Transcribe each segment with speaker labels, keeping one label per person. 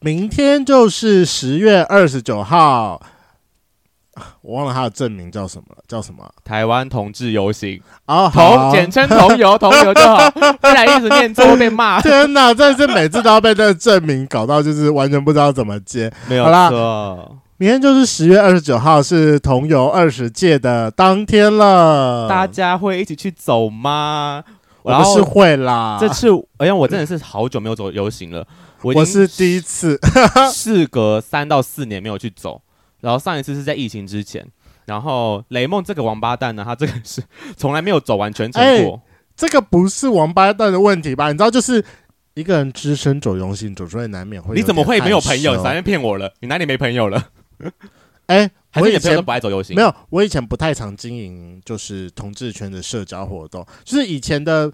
Speaker 1: 明天就是十月二十九号，啊我忘了它的证明叫什么了，叫什么？
Speaker 2: 台湾同志游行，
Speaker 1: 哦，
Speaker 2: 同
Speaker 1: 好，
Speaker 2: 简称同游，同游就 好，不然一直念错会被骂。
Speaker 1: 天哪，真的是每次都要被这个证明搞到，就是完全不知道怎么接。
Speaker 2: 没有
Speaker 1: 好啦
Speaker 2: 错，
Speaker 1: 明天就是十月二十九号，是同游二十届的当天了。
Speaker 2: 嗯大家会一起去走吗？
Speaker 1: 我
Speaker 2: 然
Speaker 1: 们是
Speaker 2: 后
Speaker 1: 会啦，
Speaker 2: 这次，哎呀，我真的是好久没有走游行了，我已
Speaker 1: 我
Speaker 2: 经
Speaker 1: 是第一次，
Speaker 2: 事隔三到四年没有去走，然后上一次是在疫情之前。然后雷梦这个王八蛋呢，他这个是从来没有走完全程
Speaker 1: 哎
Speaker 2: 过，
Speaker 1: 这个不是王八蛋的问题吧？你知道，就是一个人只身走游行，走出来难免会。
Speaker 2: 你怎么会没有朋友？你哪
Speaker 1: 哎、
Speaker 2: 里骗我了？你哪里没朋友了？还
Speaker 1: 我
Speaker 2: 是
Speaker 1: 以
Speaker 2: 你的朋友
Speaker 1: 前
Speaker 2: 都不爱走游行？
Speaker 1: 没有，我以前不太常经营就是同志圈的社交活动，就是以前的。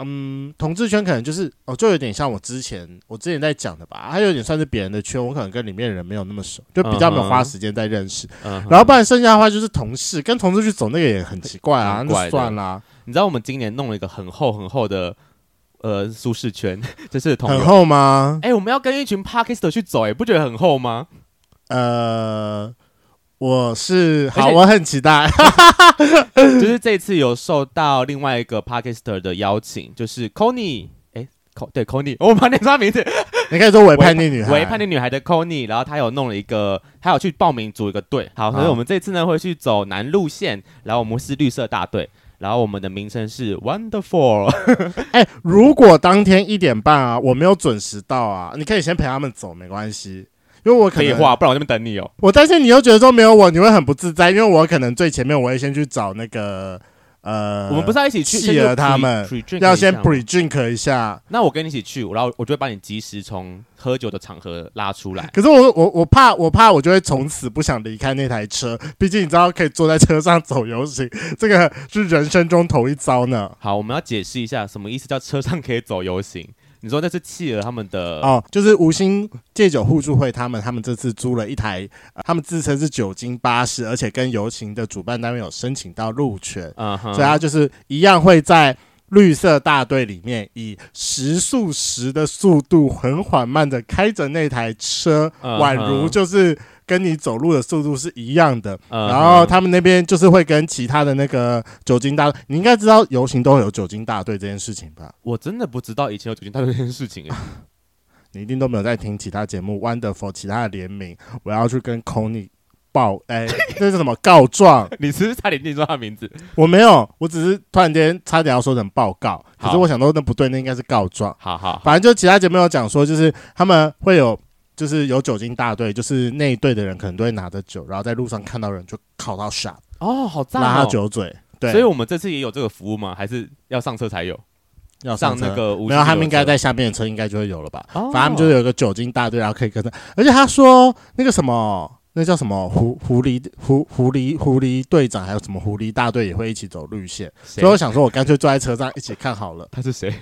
Speaker 1: 嗯，同志圈可能就是哦，就有点像我之前我之前在讲的吧，它有点算是别人的圈，我可能跟里面的人没有那么熟，就比较没有花时间在认识。
Speaker 2: 嗯哼，
Speaker 1: 然后不然剩下的话就是同事，跟同事去走那个也很奇怪啊，
Speaker 2: 很
Speaker 1: 那
Speaker 2: 怪
Speaker 1: 就
Speaker 2: 的
Speaker 1: 算啦，
Speaker 2: 你知道我们今年弄了一个很厚很厚的呃舒适圈， 就是同
Speaker 1: 很
Speaker 2: 游。
Speaker 1: 厚吗？
Speaker 2: 哎、我们要跟一群 p a r k i s t 去走、哎，不觉得很 厚吗？
Speaker 1: 呃，我是好，
Speaker 2: 而且
Speaker 1: 我很期待。
Speaker 2: 就是这次有受到另外一个 p a r k i s t 的邀请，就是 Connie，哎、c o 对 Connie，我把念错她名字，
Speaker 1: 你可以说伪叛逆女孩，
Speaker 2: 为叛逆女孩的 Connie，然后她有弄了一个，她有去报名组一个队。
Speaker 1: 啊
Speaker 2: 好，所以我们这次呢会去走南路线，然后我们是绿色大队，然后我们的名称是 Wonderful。
Speaker 1: 哎、如果当天一点半啊，我没有准时到啊，你可以先陪他们走，没关系。因为我可
Speaker 2: 可以
Speaker 1: 能，
Speaker 2: 画，不然我这边等你哦。
Speaker 1: 我担心你又觉得说没有我，你会很不自在，因为我可能最前面，我会先去找那个呃，
Speaker 2: 我们不是要一起去，
Speaker 1: 企
Speaker 2: 先去
Speaker 1: 鹅他们
Speaker 2: pre- pre-drink
Speaker 1: 要先
Speaker 2: 一下吗
Speaker 1: pre drink 一下。
Speaker 2: 那我跟你一起去，然后我就会把你及时从喝酒的场合拉出来。
Speaker 1: 可是我我我怕我怕我就会从此不想离开那台车，毕竟你知道可以坐在车上走游行，这个是人生中头一遭呢。
Speaker 2: 好，我们要解释一下什么意思叫车上可以走游行。你说那是企鹅他们的，
Speaker 1: 哦，就是无心戒酒互助会，他们他们这次租了一台，呃他们自称是酒精巴士，而且跟游行的主办单位有申请到路权，
Speaker 2: 嗯哼，
Speaker 1: 所以他就是一样会在绿色大队里面以时速十的速度，很缓慢的开着那台车，
Speaker 2: 嗯哼
Speaker 1: 宛如就是跟你走路的速度是一样的。
Speaker 2: 嗯哼
Speaker 1: 然后他们那边就是会跟其他的那个酒精大，你应该知道游行都会有酒精大队这件事情吧？
Speaker 2: 我真的不知道以前有酒精大队这件 事情、欸。
Speaker 1: 你一定都没有在听其他节目《Wonderful》其他的联名，我要去跟 Kony 报，哎、 这是什么告状？
Speaker 2: 你是不是差点念错他名字？
Speaker 1: 我没有，我只是突然间差点要说成报告，可是
Speaker 2: 好
Speaker 1: 我想说那不对，那应该是告状。
Speaker 2: 好好，好
Speaker 1: 反正就其他节目有讲说，就是他们会有，就是有酒精大队，就是那一队的人可能都会拿着酒，然后在路上看到人就靠到傻，
Speaker 2: 哦，好赞
Speaker 1: 拉他
Speaker 2: 哦。
Speaker 1: 酒嘴。
Speaker 2: 所以
Speaker 1: 对，
Speaker 2: 我们这次也有这个服务吗？还是要上车才有？
Speaker 1: 要
Speaker 2: 上
Speaker 1: 车
Speaker 2: 那。个无
Speaker 1: 没
Speaker 2: 线
Speaker 1: 有，
Speaker 2: 游
Speaker 1: 他们应该
Speaker 2: 车，
Speaker 1: 在下面的车应该就会有了吧？反
Speaker 2: 哦
Speaker 1: 正他们就是有一个酒精大队，然后可以跟着。而且他说那个什么，那叫什么狐狐狸狐狐狸狐狸队长，还有什么狐狸大队也会一起走路线。
Speaker 2: 谁
Speaker 1: 所以我想说，我干脆坐在车上一起看好了。
Speaker 2: 他是谁？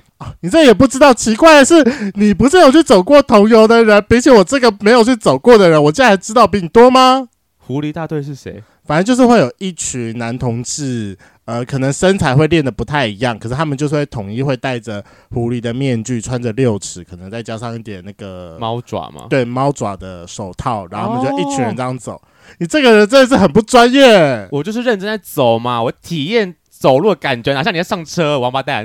Speaker 1: 你这也不知道，奇怪的是，你不是有去走过同游的人，比起我这个没有去走过的人，我竟然还知道比你多吗？
Speaker 2: 狐狸大队是谁？
Speaker 1: 反正就是会有一群男同志，呃，可能身材会练得不太一样，可是他们就是会统一会戴着狐狸的面具，穿着六尺，可能再加上一点那个
Speaker 2: 猫爪吗？
Speaker 1: 对猫爪的手套，然后他们就一群人这样
Speaker 2: 哦
Speaker 1: 走。你这个人真的是很不专业，
Speaker 2: 我就是认真在走嘛，我体验走路的感觉，哪像你在上车，王八蛋！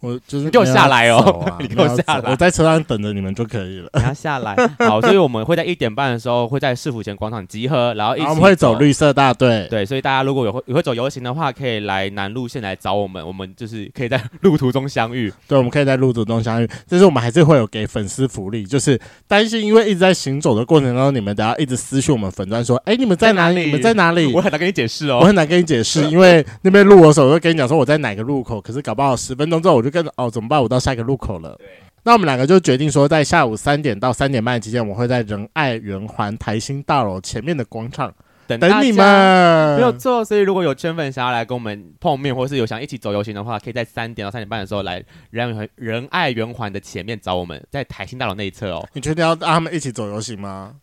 Speaker 1: 我就是
Speaker 2: 你给我下来哦
Speaker 1: 没有走啊
Speaker 2: 你给我下来
Speaker 1: 没有走我在车上等着你们就可以了。
Speaker 2: 你要下来。好，所以我们会在一点半的时候会在市府前广场集合，呃然后一
Speaker 1: 然后
Speaker 2: 起
Speaker 1: 我们会走。绿色大队，
Speaker 2: 对，所以大家如果有会有会走游行的话，可以来南路线来找我们，我们就是可以在路途中相遇。
Speaker 1: 对，我们可以在路途中相遇。但是我们还是会有给粉丝福利，就是担心因为一直在行走的过程当中，你们等下一直私讯我们粉钻说，哎，你们在哪
Speaker 2: 在哪里
Speaker 1: 里？你们在哪里
Speaker 2: 我？很难跟你解释
Speaker 1: 我
Speaker 2: 哦。
Speaker 1: 很难跟你解释，因为那边路我手会跟你讲说我在哪个路口，可是搞不好十分钟之后我就跟着哦怎么办？我到下一个路口了。那我们两个就决定说，在下午三点到三点半期间，我会在仁爱圆环台新大楼前面的广场
Speaker 2: 等
Speaker 1: 等
Speaker 2: 大
Speaker 1: 你
Speaker 2: 家。
Speaker 1: 们。
Speaker 2: 没有错，所以如果有圈粉想要来跟我们碰面，或是有想一起走游行的话，可以在三点到三点半的时候来仁仁爱圆环的前面找我们，在台新大楼那一侧哦。
Speaker 1: 你确定要让他们一起走游行吗？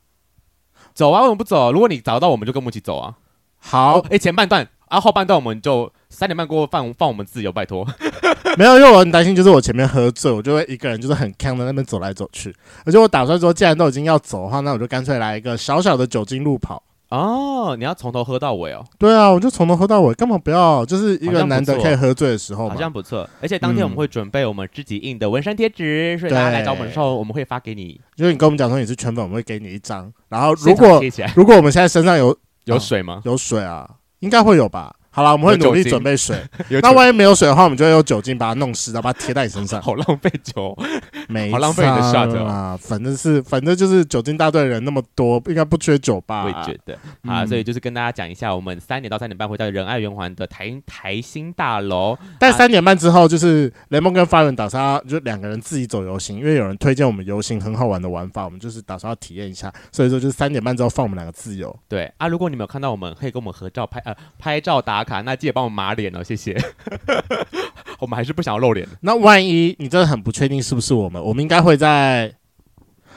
Speaker 2: 走啊，为什么不走？如果你找到我们，就跟我们一起走啊。
Speaker 1: 好
Speaker 2: 哦，，哎、前半段啊，后半段我们就三点半过后放放我们自由，拜托。
Speaker 1: 没有，因为我很担心，就是我前面喝醉，我就会一个人就是很康的那边走来走去。而且我打算说，既然都已经要走的话，那我就干脆来一个小小的酒精路跑。
Speaker 2: 哦，你要从头喝到尾哦，
Speaker 1: 对啊，我就从头喝到尾，干嘛不要？就是一
Speaker 2: 好
Speaker 1: 个
Speaker 2: 像不
Speaker 1: 难得
Speaker 2: 错
Speaker 1: 可以喝醉的时候
Speaker 2: 好像
Speaker 1: 嘛。
Speaker 2: 不错。而且当天我们会准备我们自己印的文山贴纸，所以大家
Speaker 1: 对
Speaker 2: 来找我们的时候，我们会发给你。
Speaker 1: 就是你跟我们讲说你是全粉，我们会给你一张。然后如
Speaker 2: 现场
Speaker 1: 果
Speaker 2: 贴起来哦
Speaker 1: 如果我们现在身上有
Speaker 2: 有水 吗？
Speaker 1: 有水啊，应该会有吧。好了，我们会
Speaker 2: 有酒
Speaker 1: 努力
Speaker 2: 精
Speaker 1: 准备水。
Speaker 2: 有
Speaker 1: 那
Speaker 2: 酒
Speaker 1: 万一没有水的话，我们就会用酒精把它弄湿，然后把它贴在你身上。
Speaker 2: 好浪费酒，
Speaker 1: 没
Speaker 2: 好浪费你的
Speaker 1: 差
Speaker 2: shot 哦
Speaker 1: 啦，反正是反正就是酒精大队的人那么多，应该不缺酒吧、
Speaker 2: 我也觉得啊。
Speaker 1: 嗯
Speaker 2: 所以就是跟大家讲一下，我们三点到三点半会在仁爱圆环的台台新大楼。
Speaker 1: 但三点半之后，就是雷蒙跟发源打算要就两个人自己走游行，因为有人推荐我们游行很好玩的玩法，我们就是打算要体验一下。所以说就是三点半之后放我们两个自由。
Speaker 2: 对啊，如果你们有看到我们，可以跟我们合照拍呃拍照打卡，那记得帮我们码脸哦，谢 谢。我们还是不想要露脸，
Speaker 1: 那万一你真的很不确定是不是我们，我们应该会在。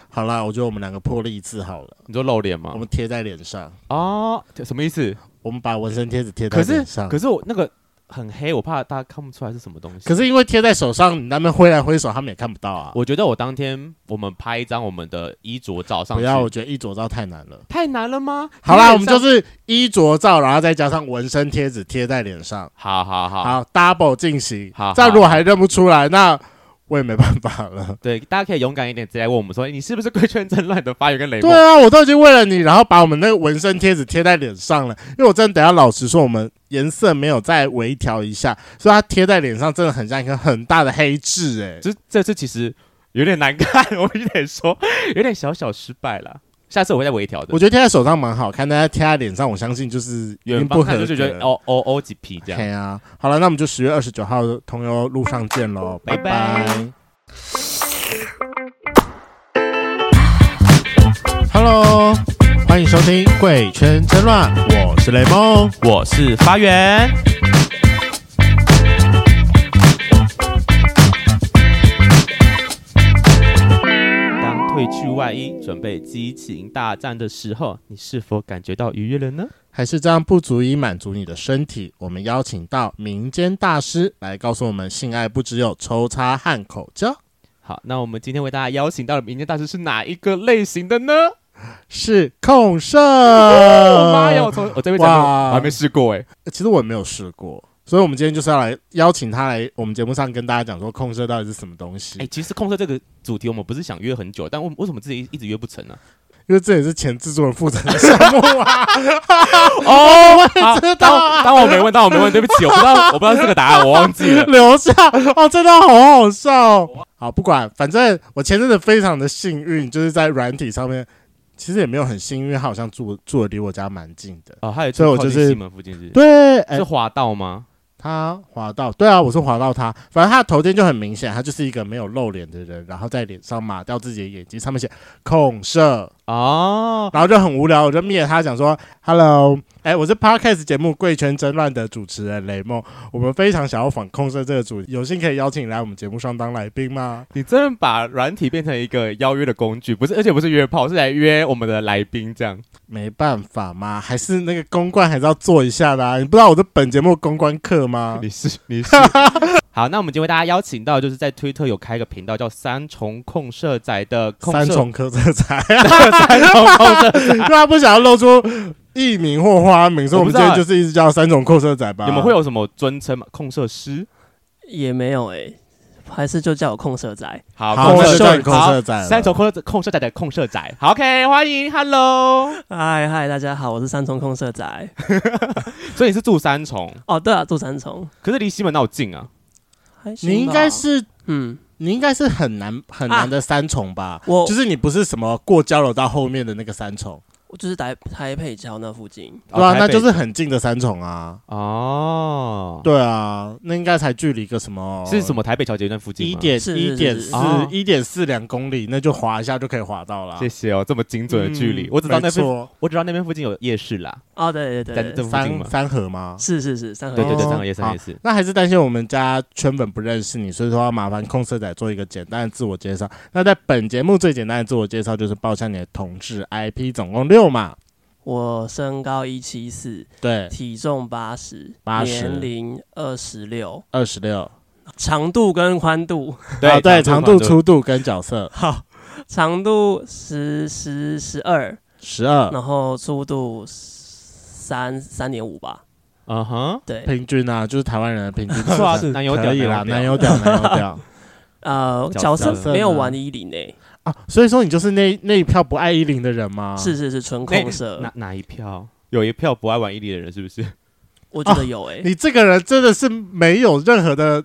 Speaker 1: 好啦，我觉得我们两个破例字好了，
Speaker 2: 你说露脸吗
Speaker 1: 我？们贴在脸上，
Speaker 2: 哦，这什么意思？
Speaker 1: 我们把纹身贴纸贴在
Speaker 2: 可是
Speaker 1: 脸上。
Speaker 2: 可是我那个很黑，我怕大家看不出来是什么东西。
Speaker 1: 可是因为贴在手上，你那边挥来挥手，他们也看不到啊。
Speaker 2: 我觉得我当天我们拍一张我们的衣着照上
Speaker 1: 不
Speaker 2: 去，
Speaker 1: 要，我觉得一着照太难了。
Speaker 2: 太难了吗？
Speaker 1: 好 啦，
Speaker 2: 基
Speaker 1: 我
Speaker 2: 本
Speaker 1: 们
Speaker 2: 上
Speaker 1: 就是衣着照，然后再加上纹身贴纸贴在脸上，
Speaker 2: 好好好
Speaker 1: 好，double 进行。
Speaker 2: 好
Speaker 1: 这样如果还认不出来，那我也没办法了。
Speaker 2: 对，大家可以勇敢一点，直接来问我们说，你是不是规圈争乱的发源跟雷
Speaker 1: 对
Speaker 2: 梦？
Speaker 1: 啊，我都已经为了你，然后把我们那个纹身贴纸贴在脸上了。因为我真的等一下老实说，我们颜色没有再微调一下，所以它贴在脸上真的很像一颗很大的黑痣、欸。
Speaker 2: 这这次其实有点难看，我必须得说，有点小小失败了。下次我会再微调的
Speaker 1: 我。觉得贴在手上蛮好看，但是贴在脸上，我相信就是已
Speaker 2: 远
Speaker 1: 经
Speaker 2: 方
Speaker 1: 不合
Speaker 2: 看
Speaker 1: 格
Speaker 2: 就
Speaker 1: 了。
Speaker 2: 是觉得哦哦哦几皮这样。
Speaker 1: 对啊，好了，那我们就十月二十九号同游路上见 喽，
Speaker 2: 拜
Speaker 1: 拜
Speaker 2: 拜
Speaker 1: 拜 Hello，欢迎收听《贵圈争乱》，我是雷梦。
Speaker 2: 我是发源，当褪去外衣，准备激情大战的时候，你是否感觉到愉悦了呢？
Speaker 1: 还是这样不足以满足你的身体，我们邀请到民间大师来告诉我们，性爱不只有抽插和口交，
Speaker 2: 好，那我们今天为大家邀请到的民间大师是哪一个类型的呢？
Speaker 1: 是控 射。
Speaker 2: 我妈呀！我从我这边讲过，
Speaker 1: 哇
Speaker 2: 我还没试过哎、
Speaker 1: 其实我也没有试过，所以我们今天就是要来邀请他来我们节目上跟大家讲说控射到底是什么东西
Speaker 2: 哎、。其实控色这个主题我们不是想约很久，但为为什么自己一直约不成呢、啊
Speaker 1: 因为这也是前制作人负责的项目啊。
Speaker 2: 哦，
Speaker 1: 也知道啊
Speaker 2: 当当我没问，当我没问，对不起，我不知道，我不知道这个答案，我 忘记了。
Speaker 1: 留下哦，真的好好笑哦、好，不管，反正我前阵子非常的幸运，就是在软体上面，其实也没有很幸运，因为它好像住住的离我家蛮近的。
Speaker 2: 哦，还有，
Speaker 1: 所以我就是
Speaker 2: 西门附近是，
Speaker 1: 对，哎、
Speaker 2: 是滑道吗？
Speaker 1: 他滑到，对啊，我是滑到他，反正他的头巾就很明显，他就是一个没有露脸的人，然后在脸上抹掉自己的眼睛，上面写恐射，
Speaker 2: 哦，
Speaker 1: 然后就很无聊，我就灭他讲说，Hello，哎、我是 Podcast 节目《贵圈争乱》的主持人雷梦，我们非常想要反控色这个主题，有幸可以邀请你来我们节目上当来宾吗？
Speaker 2: 你真的把软体变成一个邀约的工具，不是，而且不是约炮，是来约我们的来宾这样。
Speaker 1: 没办法嘛，还是那个公关还是要做一下的、啊，你不知道我的本节目公关课吗？
Speaker 2: 你是你是。 好，那我们今天为大家邀请到，就是在推特有开一个频道叫“三重控社仔”的控
Speaker 1: 三
Speaker 2: 社
Speaker 1: 重科这 才，
Speaker 2: 三 重控社，
Speaker 1: 因为他不想要露出艺名或花名，所以我
Speaker 2: 我
Speaker 1: 们
Speaker 2: 不
Speaker 1: 今
Speaker 2: 知道
Speaker 1: 天就是一直叫三重控色仔吧。
Speaker 2: 你们会有什么尊称吗？控社师？
Speaker 3: 也没有哎、还是就叫我控色仔。
Speaker 2: 好，
Speaker 1: 好
Speaker 2: 控
Speaker 1: 那就
Speaker 2: 社
Speaker 1: 叫你
Speaker 2: 仔，
Speaker 1: 控
Speaker 2: 好
Speaker 1: 社仔了
Speaker 2: 三重控社控社仔的控社仔。好，OK，欢迎，Hello。
Speaker 3: 嗨嗨，大家好，我是三重控色仔。
Speaker 2: 所以你是住三重，
Speaker 3: 哦，对啊，住三重，
Speaker 2: 可是离西门那有近啊？
Speaker 3: 还行吧
Speaker 1: 你应该是
Speaker 3: 嗯，
Speaker 1: 你应该是很难很
Speaker 2: 啊
Speaker 1: 难的三重吧？
Speaker 3: 我
Speaker 1: 就是你不是什么过交流到后面的那个三重，
Speaker 3: 我就是台台北桥那附近，
Speaker 1: 对啊，
Speaker 2: 哦
Speaker 1: 那就
Speaker 2: 台
Speaker 1: 是很近的三重啊。
Speaker 2: 北哦。
Speaker 1: 对啊，那应该才距离个什么？
Speaker 2: 是什？么台北桥捷运附近
Speaker 1: 一
Speaker 2: 吗？
Speaker 1: 点
Speaker 3: 是
Speaker 1: 一
Speaker 3: 是
Speaker 1: 点
Speaker 3: 是是
Speaker 1: 四
Speaker 2: 哦
Speaker 1: 一点四两公里，那就滑一下就可以滑到了。
Speaker 2: 谢谢哦，这么精准的距离，
Speaker 1: 嗯
Speaker 2: 我只知道那
Speaker 1: 没
Speaker 2: 边，
Speaker 1: 错
Speaker 2: 我只知道那边附近有夜市啦，
Speaker 3: 哦，对对
Speaker 2: 在
Speaker 3: 对
Speaker 2: 这
Speaker 3: 对，
Speaker 2: 附近
Speaker 1: 三
Speaker 2: 嘛。
Speaker 1: 三河吗？
Speaker 3: 是是是，三合
Speaker 2: 对对对，
Speaker 1: 哦
Speaker 2: 三个夜市，三
Speaker 1: 好
Speaker 2: 个夜市。
Speaker 1: 那还是担心我们家圈粉不认识你，所以说要麻烦控色仔做一个简单的自我介绍。那在本节目最简单的自我介绍就是报下你的同志 IP，总共六嘛。
Speaker 3: 我身高一七四，
Speaker 1: 对，
Speaker 3: 体重八十，
Speaker 1: 80
Speaker 3: 年龄二十六，
Speaker 1: 二十六。
Speaker 3: 长度跟宽度，
Speaker 1: 啊
Speaker 2: 对
Speaker 1: 对，长度、
Speaker 2: 宽
Speaker 1: 粗度跟角色
Speaker 3: 好，长度十十十二，
Speaker 1: 十二
Speaker 3: 然后粗度三三点五吧，
Speaker 2: 嗯哼，
Speaker 3: 对，
Speaker 1: 平均啊，就是台湾人的平均
Speaker 2: 是啊，
Speaker 1: 值
Speaker 2: 男友屌
Speaker 1: 可以啦，
Speaker 2: 男
Speaker 1: 男
Speaker 2: 友
Speaker 1: 友屌，男友屌
Speaker 3: 呃，
Speaker 2: 角
Speaker 3: 角
Speaker 2: 色
Speaker 3: 色
Speaker 1: 呢
Speaker 3: 没有玩一零欸诶，
Speaker 1: 啊！所以说你就是那那一票不爱依林的人吗？
Speaker 3: 是是是纯
Speaker 2: 啊那
Speaker 3: 控
Speaker 2: 屌
Speaker 3: 色，
Speaker 2: 哪哪一票？有一票不爱玩伊犁的人是不是？
Speaker 3: 我觉得有欸诶、
Speaker 2: 啊
Speaker 1: 你这个人真的是没有任何的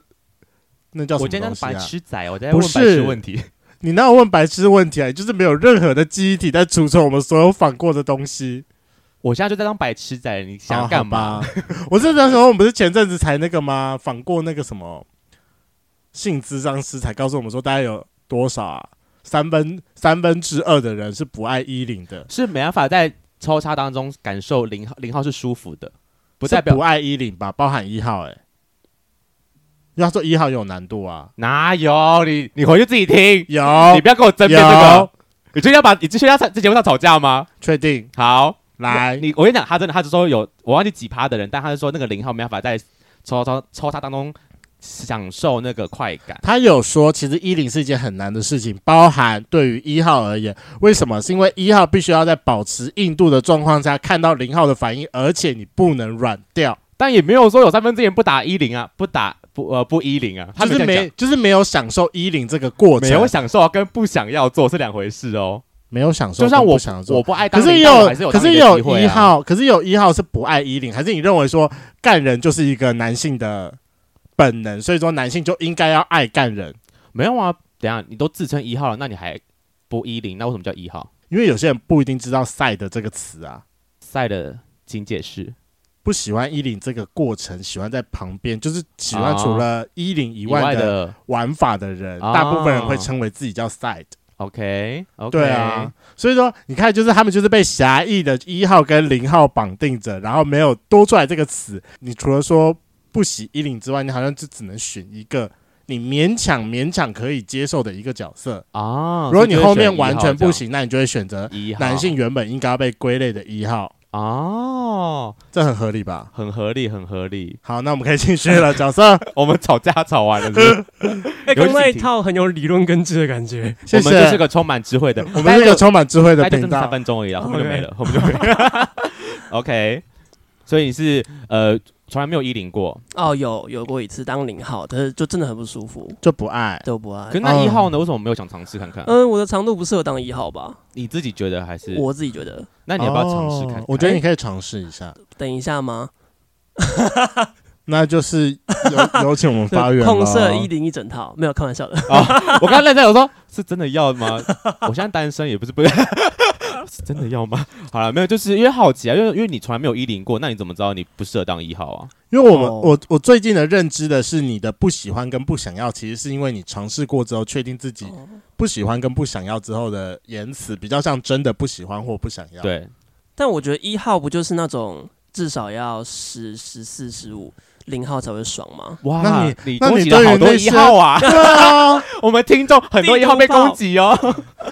Speaker 1: 那叫什
Speaker 2: 我
Speaker 1: 么
Speaker 2: 今
Speaker 1: 东
Speaker 2: 天
Speaker 1: 西
Speaker 2: 白
Speaker 1: 啊？
Speaker 2: 痴仔，我在
Speaker 1: 不
Speaker 2: 问白痴
Speaker 1: 是
Speaker 2: 问题。
Speaker 1: 你哪有问白痴问题啊？你就是没有任何的记忆体在储存我们所有访过的东西。
Speaker 2: 我现在就在当白痴仔了，你
Speaker 1: 好
Speaker 2: 想干？
Speaker 1: 好
Speaker 2: 嘛？
Speaker 1: 吧 我这那时候我们不是前阵子才那个吗？访过那个什么性咨商师，才告诉我们说大概有多少啊？三分三分之二的人是不爱衣领的，
Speaker 2: 是没办法在抽插当中感受零号零号是舒服的，不
Speaker 1: 不
Speaker 2: 代表
Speaker 1: 不爱衣领吧？包含一号、欸，哎，要说一号有难度啊，
Speaker 2: 哪有你你回去自己听，
Speaker 1: 有
Speaker 2: 你不要跟我争辩这个
Speaker 1: 哦有。，
Speaker 2: 你最近要把你最近要在这节目上吵架吗？
Speaker 1: 确定
Speaker 2: 好，
Speaker 1: 来
Speaker 2: 你我跟你讲，他真的，他就说有我忘记几趴的人，但他就说那个零号没办法在抽抽抽他当中享受那个快感。
Speaker 1: 他有说，其实一零是一件很难的事情，包含对于一号而言，为什么？是因为一号必须要在保持硬度的状况下看到零号的反应，而且你不能软掉，
Speaker 2: 但也没有说有三分之一人不打一零啊，不打不呃不一零啊，他
Speaker 1: 就是
Speaker 2: 没有
Speaker 1: 没就是没有享受一零这个过
Speaker 2: 没
Speaker 1: 程，
Speaker 2: 有享受啊跟不想要做是两回事哦。
Speaker 1: 没有享受，
Speaker 2: 就像我
Speaker 1: 不想
Speaker 2: 我
Speaker 1: 做。
Speaker 2: 不爱当
Speaker 1: 可是
Speaker 2: 零
Speaker 1: 也
Speaker 2: 但我还是有
Speaker 1: 可
Speaker 2: 当
Speaker 1: 是
Speaker 2: 零
Speaker 1: 也
Speaker 2: 的
Speaker 1: 有
Speaker 2: 机会
Speaker 1: 一
Speaker 2: 啊，
Speaker 1: 号，可是有一号是不爱一零，还是你认为说干人就是一个男性的本能，所以说男性就应该要爱干人？
Speaker 2: 没有啊？等一下你都自称一号了，那你还不一零，那为什么叫一号？
Speaker 1: 因为有些人不一定知道“赛”的这个词啊。
Speaker 2: 赛的警戒是
Speaker 1: 不喜欢衣领这个过程，喜欢在旁边，就是喜欢
Speaker 2: 哦
Speaker 1: 除了衣领以外的
Speaker 2: 的
Speaker 1: 玩法的人，
Speaker 2: 哦
Speaker 1: 大部分人会称为自己叫 side。
Speaker 2: OK OK
Speaker 1: 对啊，，所以说你看，就是他们就是被狭义的一号跟零号绑定着，然后没有多出来这个词。你除了说不喜衣领之外，你好像就只能选一个你勉强勉强可以接受的一个角色。
Speaker 2: 啊，
Speaker 1: 如果你
Speaker 2: 所以就
Speaker 1: 后
Speaker 2: 会选
Speaker 1: 面完
Speaker 2: 1号
Speaker 1: 全
Speaker 2: 这
Speaker 1: 不
Speaker 2: 样，
Speaker 1: 行，那你就会选择
Speaker 2: 一号
Speaker 1: 男性原本应该要被归类的一号，
Speaker 2: 哦，
Speaker 1: 这很合理吧？
Speaker 2: 很合理，很合 理。
Speaker 1: 好，那我们可以继续了，角 色。
Speaker 2: 我们吵架吵完了是不是，
Speaker 3: 哎
Speaker 2: 有
Speaker 3: 刚那
Speaker 2: 几
Speaker 3: 一
Speaker 2: 题
Speaker 3: 套很有理论根基的感觉，
Speaker 1: 谢
Speaker 2: 我
Speaker 1: 谢。
Speaker 2: 们就是个充满智慧的，
Speaker 1: 我们是一个充满智慧的
Speaker 2: 大概
Speaker 1: 频
Speaker 2: 真的三
Speaker 1: 道。
Speaker 2: 分钟而已了，后面就
Speaker 3: OK
Speaker 2: 没了，后面就没了。OK，所以你是呃从来没有一零过，
Speaker 3: 哦，有有过一次当零号，可是就真的很不舒服，
Speaker 1: 就不爱。
Speaker 3: 都不爱
Speaker 2: 可。是
Speaker 1: 嗯
Speaker 2: 那一号呢？为什么没有想尝试看看？
Speaker 1: 呃
Speaker 3: 嗯，我的长度不适合当一号吧，
Speaker 2: 你自己觉得还是？
Speaker 3: 我自己觉得。
Speaker 2: 那你要不要尝试看哎看
Speaker 1: 哦？我觉得你可以尝试一下，
Speaker 3: 等一下吗？
Speaker 1: 那就是 有有请我们发源
Speaker 3: 控色一
Speaker 1: 一
Speaker 3: 零一整套，没有开玩笑的。
Speaker 2: 我刚才认真，我说是真的要吗？我现在单身也不是不是， 是真的要吗？好了，没有，就是因为好奇啊，因为因为你从来没有一零过，那你怎么知道你不适合当一号啊？
Speaker 1: 因为我们、
Speaker 3: 哦
Speaker 1: 我我最近的认知的是，你的不喜欢跟不想要，其实是因为你尝试过之后，确定自己
Speaker 3: 哦
Speaker 1: 不喜欢跟不想要之后的言辞，比较像真的不喜欢或不想
Speaker 3: 啊
Speaker 1: 要。，
Speaker 2: 对，
Speaker 3: 但我觉得一号不就是那种至少要十、十四、十五，零号才会爽吗？
Speaker 2: 哇，
Speaker 1: 那你
Speaker 2: 你
Speaker 1: 那
Speaker 2: 攻
Speaker 1: 你
Speaker 2: 击了
Speaker 1: 对于
Speaker 2: 好多
Speaker 1: 那
Speaker 2: 一
Speaker 1: 些
Speaker 2: 号啊！
Speaker 1: 啊，
Speaker 2: 我们听众很多一号被攻击哦。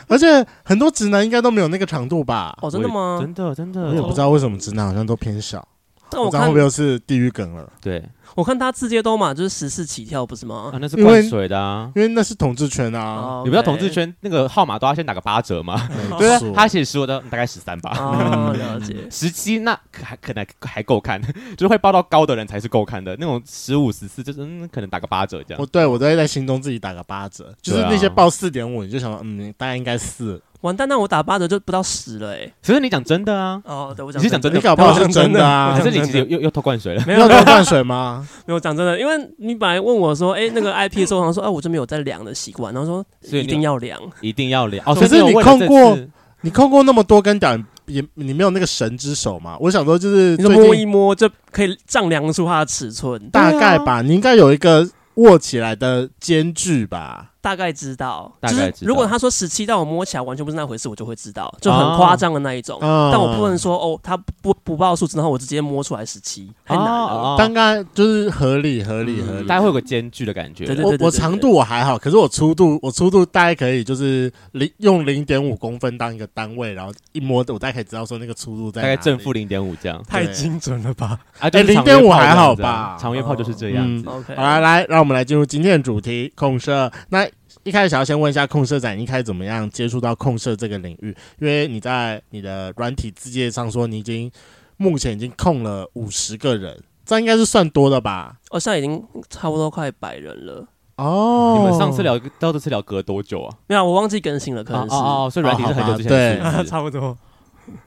Speaker 1: 而且很多直男应该都没有那个长度吧？
Speaker 3: 哦，真的吗？
Speaker 2: 啊真的真
Speaker 1: 我也不
Speaker 2: 的，
Speaker 1: 知道为什么直男好像都偏小，
Speaker 3: 但
Speaker 1: 我
Speaker 3: 我
Speaker 1: 知道会
Speaker 3: 看
Speaker 1: 不会又是地狱梗了？
Speaker 2: 对
Speaker 3: 我看他字节都嘛，就是十四起跳，不是吗
Speaker 2: 啊，？那是
Speaker 1: 因
Speaker 2: 灌
Speaker 1: 为
Speaker 2: 水的啊。
Speaker 1: 因为那是统治圈啊，
Speaker 3: 哦
Speaker 2: 你不知道
Speaker 3: OK
Speaker 2: 同志圈那个号码都要先打个八折吗？
Speaker 1: 没
Speaker 2: 对啊
Speaker 1: 错，
Speaker 2: 他写十我的大概十三吧，
Speaker 3: 哦，了解。
Speaker 2: 十七那可还可能还够看， 就是会报到高的人才是够看的，那种十五十四就是嗯可能打个八折这样
Speaker 1: 我。对我都会在心中自己打个八折，就是
Speaker 2: 对啊
Speaker 1: 那些报四点五，你就想说，嗯，大概应该四，
Speaker 3: 完蛋，那我打八折就不到十了哎。
Speaker 2: 其实你讲真的啊，
Speaker 3: 哦，对我
Speaker 2: 你
Speaker 3: 讲
Speaker 2: 是讲
Speaker 3: 真的，
Speaker 1: 你
Speaker 2: 真的，
Speaker 1: 搞不好是真的啊
Speaker 2: 还。是你其实又又偷灌水了？
Speaker 3: 没
Speaker 1: 你有
Speaker 3: 有
Speaker 1: 流断水吗？
Speaker 3: 没有讲真的，因为你本来问我说，哎，那个 IP 的时候，我想说，哎，我就没有在量的习惯，然后说
Speaker 2: 所以
Speaker 3: 一
Speaker 2: 你
Speaker 3: 定要量。
Speaker 2: 一定要聊哦。
Speaker 1: 可是
Speaker 2: 所以有
Speaker 1: 你
Speaker 2: 为了
Speaker 1: 控
Speaker 2: 这
Speaker 1: 过
Speaker 2: 次哦
Speaker 1: 你控过那么多根屌，也你没有那个神之手吗？我想说，就是
Speaker 3: 你
Speaker 1: 最
Speaker 3: 说摸啊
Speaker 1: 近
Speaker 3: 一摸就可以丈量出它的尺寸，
Speaker 1: 大概吧，你应该有一个握起来的间距吧。
Speaker 3: 大概知道，
Speaker 2: 大
Speaker 3: 就
Speaker 2: 概
Speaker 3: 是
Speaker 2: 知道哦
Speaker 3: 如果他说十七，但我摸起来完全不是那回事，我就会知道，就很夸张的那一种。
Speaker 1: 嗯
Speaker 3: 但我不能说哦，他不不报数字，然后我直接摸出来十七，太难啊了。
Speaker 2: 哦
Speaker 1: 刚刚就是合理合理
Speaker 3: 嗯
Speaker 1: 合理。
Speaker 2: 大家会有个间距的感觉。
Speaker 3: 对对
Speaker 1: 我我长度我还好，可是我粗度我粗度大概可以就是零用零点五公分当一个单位，然后一摸我大概可以知道说那个粗度在
Speaker 2: 大
Speaker 1: 哪里
Speaker 2: 概正负零点五这样
Speaker 1: 对
Speaker 4: 太精准了吧？
Speaker 2: 啊，就是
Speaker 1: 哎
Speaker 2: 长约炮
Speaker 1: 0.5还
Speaker 2: 这样子啊
Speaker 1: 好吧
Speaker 2: 长约炮就是这样子。
Speaker 3: OK，
Speaker 1: 好啦，来，让我们来进入今天的主题——控社。那一开始想要先问一下控社展，一开始怎么样接触到控社这个领域？因为你在你的软体字界上说，你已经目前已经控了五十个人，这应该是算多的吧？
Speaker 3: 哦，现在已经差不多快百人了，
Speaker 1: 哦
Speaker 2: 你们上次聊到这次聊隔多久啊？
Speaker 3: 没有，我忘记更新哦了，可能是。
Speaker 2: 哦哦，所以软体是很久之前
Speaker 1: 哦
Speaker 2: 的
Speaker 4: 啊
Speaker 2: 事情。
Speaker 4: 差不多。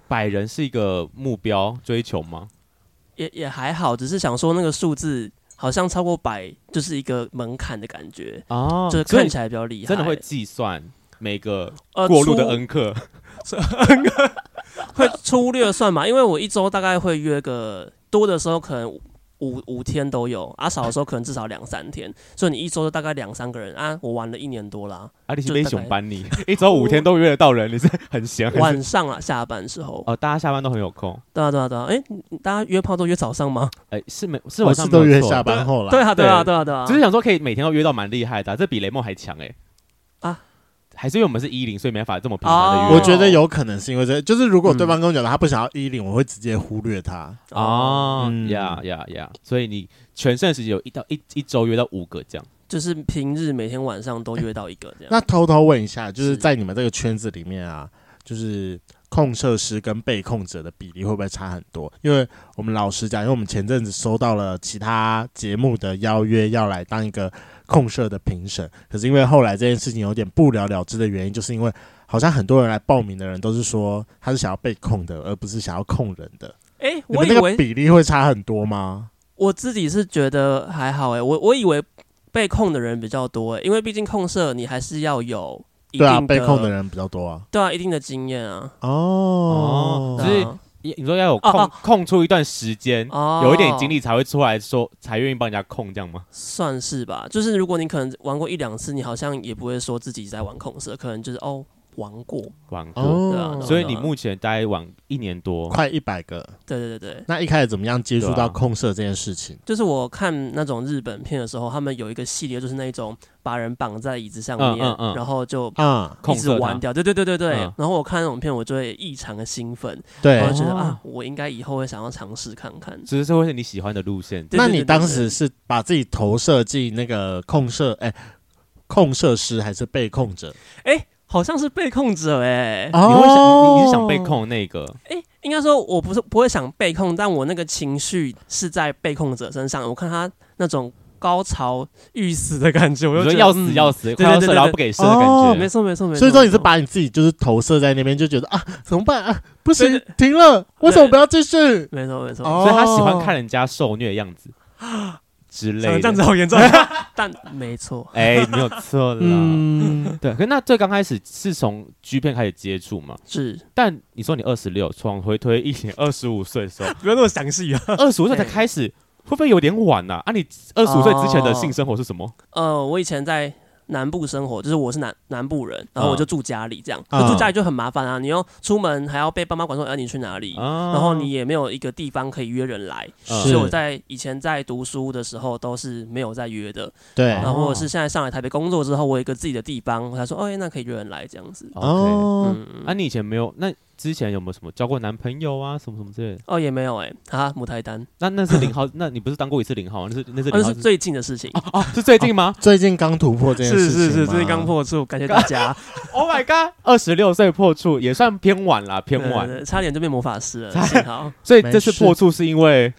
Speaker 2: 百人是一个目标追求吗？
Speaker 3: 也也还好，只是想说那个数字好像超过百就是一个门槛的感觉，
Speaker 2: 哦
Speaker 3: 就是
Speaker 2: 所以
Speaker 3: 看起来比较厉
Speaker 2: 你
Speaker 3: 害。
Speaker 2: 真的会计算每个
Speaker 3: 呃
Speaker 2: 过路的
Speaker 3: 粗
Speaker 2: N 啊克，
Speaker 3: 会粗略算嘛？因为我一周大概会约个多的时候可能五五五天都有，啊少的时候可能至少两三天，所以你一周大概两三个人啊，我玩了一年 多啦，
Speaker 2: 啊，你是
Speaker 3: 就
Speaker 2: 被
Speaker 3: 大概
Speaker 2: 熊班你一周五天都约得到人，你是很闲还是？
Speaker 3: 晚上啊下班时候，
Speaker 2: 哦，大家下班都很有空，
Speaker 3: 对啊对啊对啊，哎、你你大家约炮都约早上吗？
Speaker 2: 哎，是没是
Speaker 1: 我
Speaker 2: 晚
Speaker 1: 哦是
Speaker 2: 上
Speaker 1: 都
Speaker 2: 没有
Speaker 1: 约
Speaker 2: 错
Speaker 1: 下，班后了。
Speaker 3: 对啊对
Speaker 2: 对
Speaker 3: 啊对啊对啊，
Speaker 2: 只是想说可以每天都约到蛮厉害的啊，这比雷梦还强哎
Speaker 3: 啊！
Speaker 2: 还是因为我们是一零，所以没法这么频繁的
Speaker 3: 哦
Speaker 2: 约。
Speaker 1: 我觉得有可能是因为这，就是如
Speaker 2: 嗯
Speaker 1: 果对方跟我讲他不想要衣领，我会直接忽略他。
Speaker 2: 哦
Speaker 1: 嗯
Speaker 2: 呀呀呀！所以你全盛时期有一到一一周约到五个这样，
Speaker 3: 就是平日每天晚上都约到一个这样。
Speaker 1: 那偷偷问一下，就是
Speaker 3: 是
Speaker 1: 在你们这个圈子里面啊，就是控设师跟被控者的比例会不会差很多？因为我们老实讲，因为我们前阵子收到了其他节目的邀约，要来当一个控社的评审，可是因为后来这件事情有点不了了之的原因，就是因为好像很多人来报名的人都是说他是想要被控的，而不是想要控人的。
Speaker 3: 哎、
Speaker 1: 你
Speaker 3: 我
Speaker 1: 们
Speaker 3: 以
Speaker 1: 那个
Speaker 3: 为
Speaker 1: 比例会差很多吗？
Speaker 3: 我自己是觉得还好哎、我我以为被控的人比较多、欸，因为毕竟控社你还是要有一
Speaker 1: 对
Speaker 3: 定
Speaker 1: 啊，
Speaker 3: 的
Speaker 1: 被控的人比较多啊。
Speaker 3: 对啊一定的经验啊。
Speaker 1: 哦，
Speaker 2: 所以
Speaker 3: 对啊
Speaker 2: 你你说要有
Speaker 3: 哦
Speaker 2: 空、
Speaker 3: 哦
Speaker 2: 空出一段时间，
Speaker 3: 哦，
Speaker 2: 有一点精力才会出来说，才愿意帮人家控这样吗？
Speaker 3: 算是吧。就是如果你可能玩过一两次，你好像也不会说自己在玩控社，可能就是哦玩过。
Speaker 2: 玩过，
Speaker 3: 对啊
Speaker 1: 哦，
Speaker 3: 对啊
Speaker 2: 所以你目前大概玩一年多，
Speaker 1: 快一百个。
Speaker 3: 对对对对，
Speaker 1: 那一开始怎么样接触
Speaker 2: 对
Speaker 1: 到
Speaker 2: 啊
Speaker 1: 控色这件事情？
Speaker 3: 就是我看那种日本片的时候，他们有一个系列，就是那一种把人绑在椅子上面，
Speaker 2: 嗯嗯嗯
Speaker 3: 然后就。
Speaker 1: 啊、
Speaker 3: 一
Speaker 2: 控
Speaker 3: 直
Speaker 2: 制
Speaker 3: 玩掉，对对对对对。
Speaker 2: 嗯
Speaker 3: 然后我看那种片，我就会异常的兴奋，我
Speaker 1: 对
Speaker 3: 就。觉得、
Speaker 2: 哦
Speaker 3: 啊，我应该以后会想要尝试看看。
Speaker 2: 只是这会是你喜欢的路线。
Speaker 3: 对
Speaker 1: 那你当时是把自己投射进那个控射，哎、控射师还是被控者？
Speaker 3: 哎、好像是被控者哎、
Speaker 1: 哦
Speaker 3: 哎、
Speaker 2: 你会想，你你是想被？控那个
Speaker 3: 应该说我不是不会想被控，但我那个情绪是在被控者身上。我看他那种高潮欲死的感觉，我
Speaker 2: 你
Speaker 3: 就
Speaker 2: 说
Speaker 3: 觉得
Speaker 2: 要死要
Speaker 3: 死。
Speaker 2: 死，
Speaker 3: 对
Speaker 2: 快要
Speaker 3: 对
Speaker 2: 射
Speaker 3: 对
Speaker 2: 然后
Speaker 3: 对
Speaker 2: 不给射的感
Speaker 1: 哦
Speaker 2: 觉，
Speaker 3: 没错没错没错。
Speaker 1: 所以说你是
Speaker 3: 没错
Speaker 1: 把你自己就是投射在那边，就觉得啊，怎么办啊？不
Speaker 3: 对
Speaker 1: 行，停了，为什么不要继续？
Speaker 3: 没错没错，
Speaker 1: 哦
Speaker 2: 所以他喜欢看人家受虐的样 子之类
Speaker 4: 这
Speaker 2: 的。
Speaker 4: 样子好 严重。
Speaker 3: 但没错，
Speaker 2: 哎，没有错 啦。
Speaker 1: 嗯，
Speaker 2: 对，可是那最刚开始是从 G 片开始接触嘛？
Speaker 3: 是
Speaker 2: 但你说你二十六，从回推一 年二十五岁的时候，
Speaker 4: 不要那么详细啊！
Speaker 2: 二十五岁才开始，会不会有点晚呐、啊？你二十五岁之前
Speaker 3: 哦
Speaker 2: 的性生活是什么？
Speaker 3: 呃，我以前在南部生活，就是我是南南部人，然后我就住家里这样，
Speaker 1: 嗯
Speaker 3: 就住家里就很麻烦啊，你要出门还要被爸妈管说，哎、你去哪里？
Speaker 2: 啊
Speaker 3: 然后你也没有一个地方可以约人来，
Speaker 2: 嗯
Speaker 3: 所以
Speaker 1: 是
Speaker 3: 我在以前在读书的时候都是没有在约的，
Speaker 1: 对
Speaker 2: 哦
Speaker 3: 然后或者是现在上来台北工作之后，我有一个自己的地方，我才说，哎，那可以约人来这样子。
Speaker 2: OK，
Speaker 1: 哦，
Speaker 3: 嗯，嗯
Speaker 2: 啊，你以前没有？那之前有没有什么交过男朋友啊，什么什么之类的？
Speaker 3: 哦，也没有哎、啊，母胎单，
Speaker 2: 那那是 零号，那你不是当过一次零号？那是那是
Speaker 3: 哦那
Speaker 2: 零号
Speaker 3: 是最近的事情。
Speaker 2: 哦，是最近 吗
Speaker 1: 最近刚突破这件事
Speaker 4: 是
Speaker 1: 情
Speaker 4: 是是，
Speaker 1: 吗
Speaker 4: 最近刚，破处，
Speaker 3: 感谢大家，
Speaker 2: ？Oh my god，二十六岁破处也算偏晚啦，偏
Speaker 3: 对对
Speaker 2: 晚。
Speaker 3: 对差点就变魔法师了，幸好。
Speaker 2: 所以这次破处是因为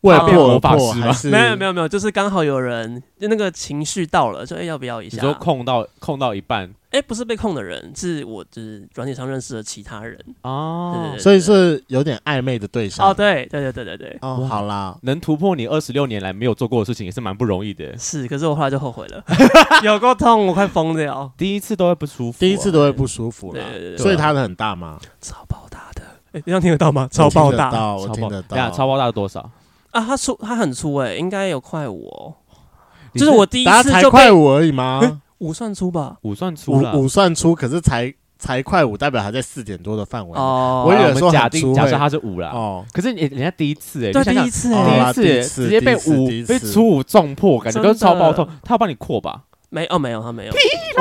Speaker 1: 为
Speaker 3: 怕变
Speaker 1: 破而
Speaker 2: 魔法
Speaker 1: 啊破
Speaker 2: 师
Speaker 1: 还
Speaker 2: 吗
Speaker 1: 是
Speaker 3: 没有没有没有，就是刚好有人就那个情绪到了，就哎、要不要一
Speaker 2: 你
Speaker 3: 下？
Speaker 2: 说控到控到一半
Speaker 3: 哎、不是被控的人，是我就是软体上认识的其他人。
Speaker 2: 哦
Speaker 3: 对对
Speaker 1: 所以是有点暧昧的对象
Speaker 3: 哦，。对对对对对对，
Speaker 1: 哦，好啦，
Speaker 2: 能突破你二十六年来没有做过的事情也是蛮不容易的。
Speaker 3: 是，可是我后来就后悔了，有够痛，我快疯掉，
Speaker 2: 第一次都会不舒服啊、
Speaker 1: 第一次都会不舒服啦
Speaker 3: 对对对，对
Speaker 1: 所以他的很大吗？
Speaker 3: 超爆大的
Speaker 4: 哎，这样听得到吗？超爆
Speaker 1: 我听得
Speaker 4: 大，
Speaker 1: 到我听得
Speaker 2: 等一下
Speaker 1: 到，
Speaker 2: 超爆大的多少？
Speaker 3: 啊！他粗，他很粗哎、应该有快我，
Speaker 2: 你
Speaker 3: 就是我第一
Speaker 1: 大家
Speaker 3: 次
Speaker 1: 才
Speaker 3: 就
Speaker 1: 快
Speaker 3: 被
Speaker 1: 五而已吗？
Speaker 3: 五算粗吧？
Speaker 2: 五算粗了。
Speaker 1: 五五算出，可是才才快五，代表还在四点多的范围。
Speaker 3: 哦，
Speaker 1: 我以
Speaker 2: 好啦
Speaker 1: 为
Speaker 2: 我
Speaker 1: 说很
Speaker 2: 们假定
Speaker 1: 粗
Speaker 2: 假设
Speaker 1: 会
Speaker 2: 他是五啦，
Speaker 1: 哦，
Speaker 2: 可是你人家第一次哎，
Speaker 3: 对
Speaker 2: 你想想
Speaker 3: 第一次
Speaker 1: 好
Speaker 3: 欸，
Speaker 1: 啦
Speaker 2: 第一
Speaker 1: 第一
Speaker 2: 次
Speaker 1: 次
Speaker 2: 直接被五
Speaker 1: 第一次
Speaker 2: 被粗五撞破，感觉
Speaker 3: 真
Speaker 2: 都
Speaker 3: 的
Speaker 2: 是超爆痛。他要帮你扩吧？
Speaker 3: 没哦没有他没有，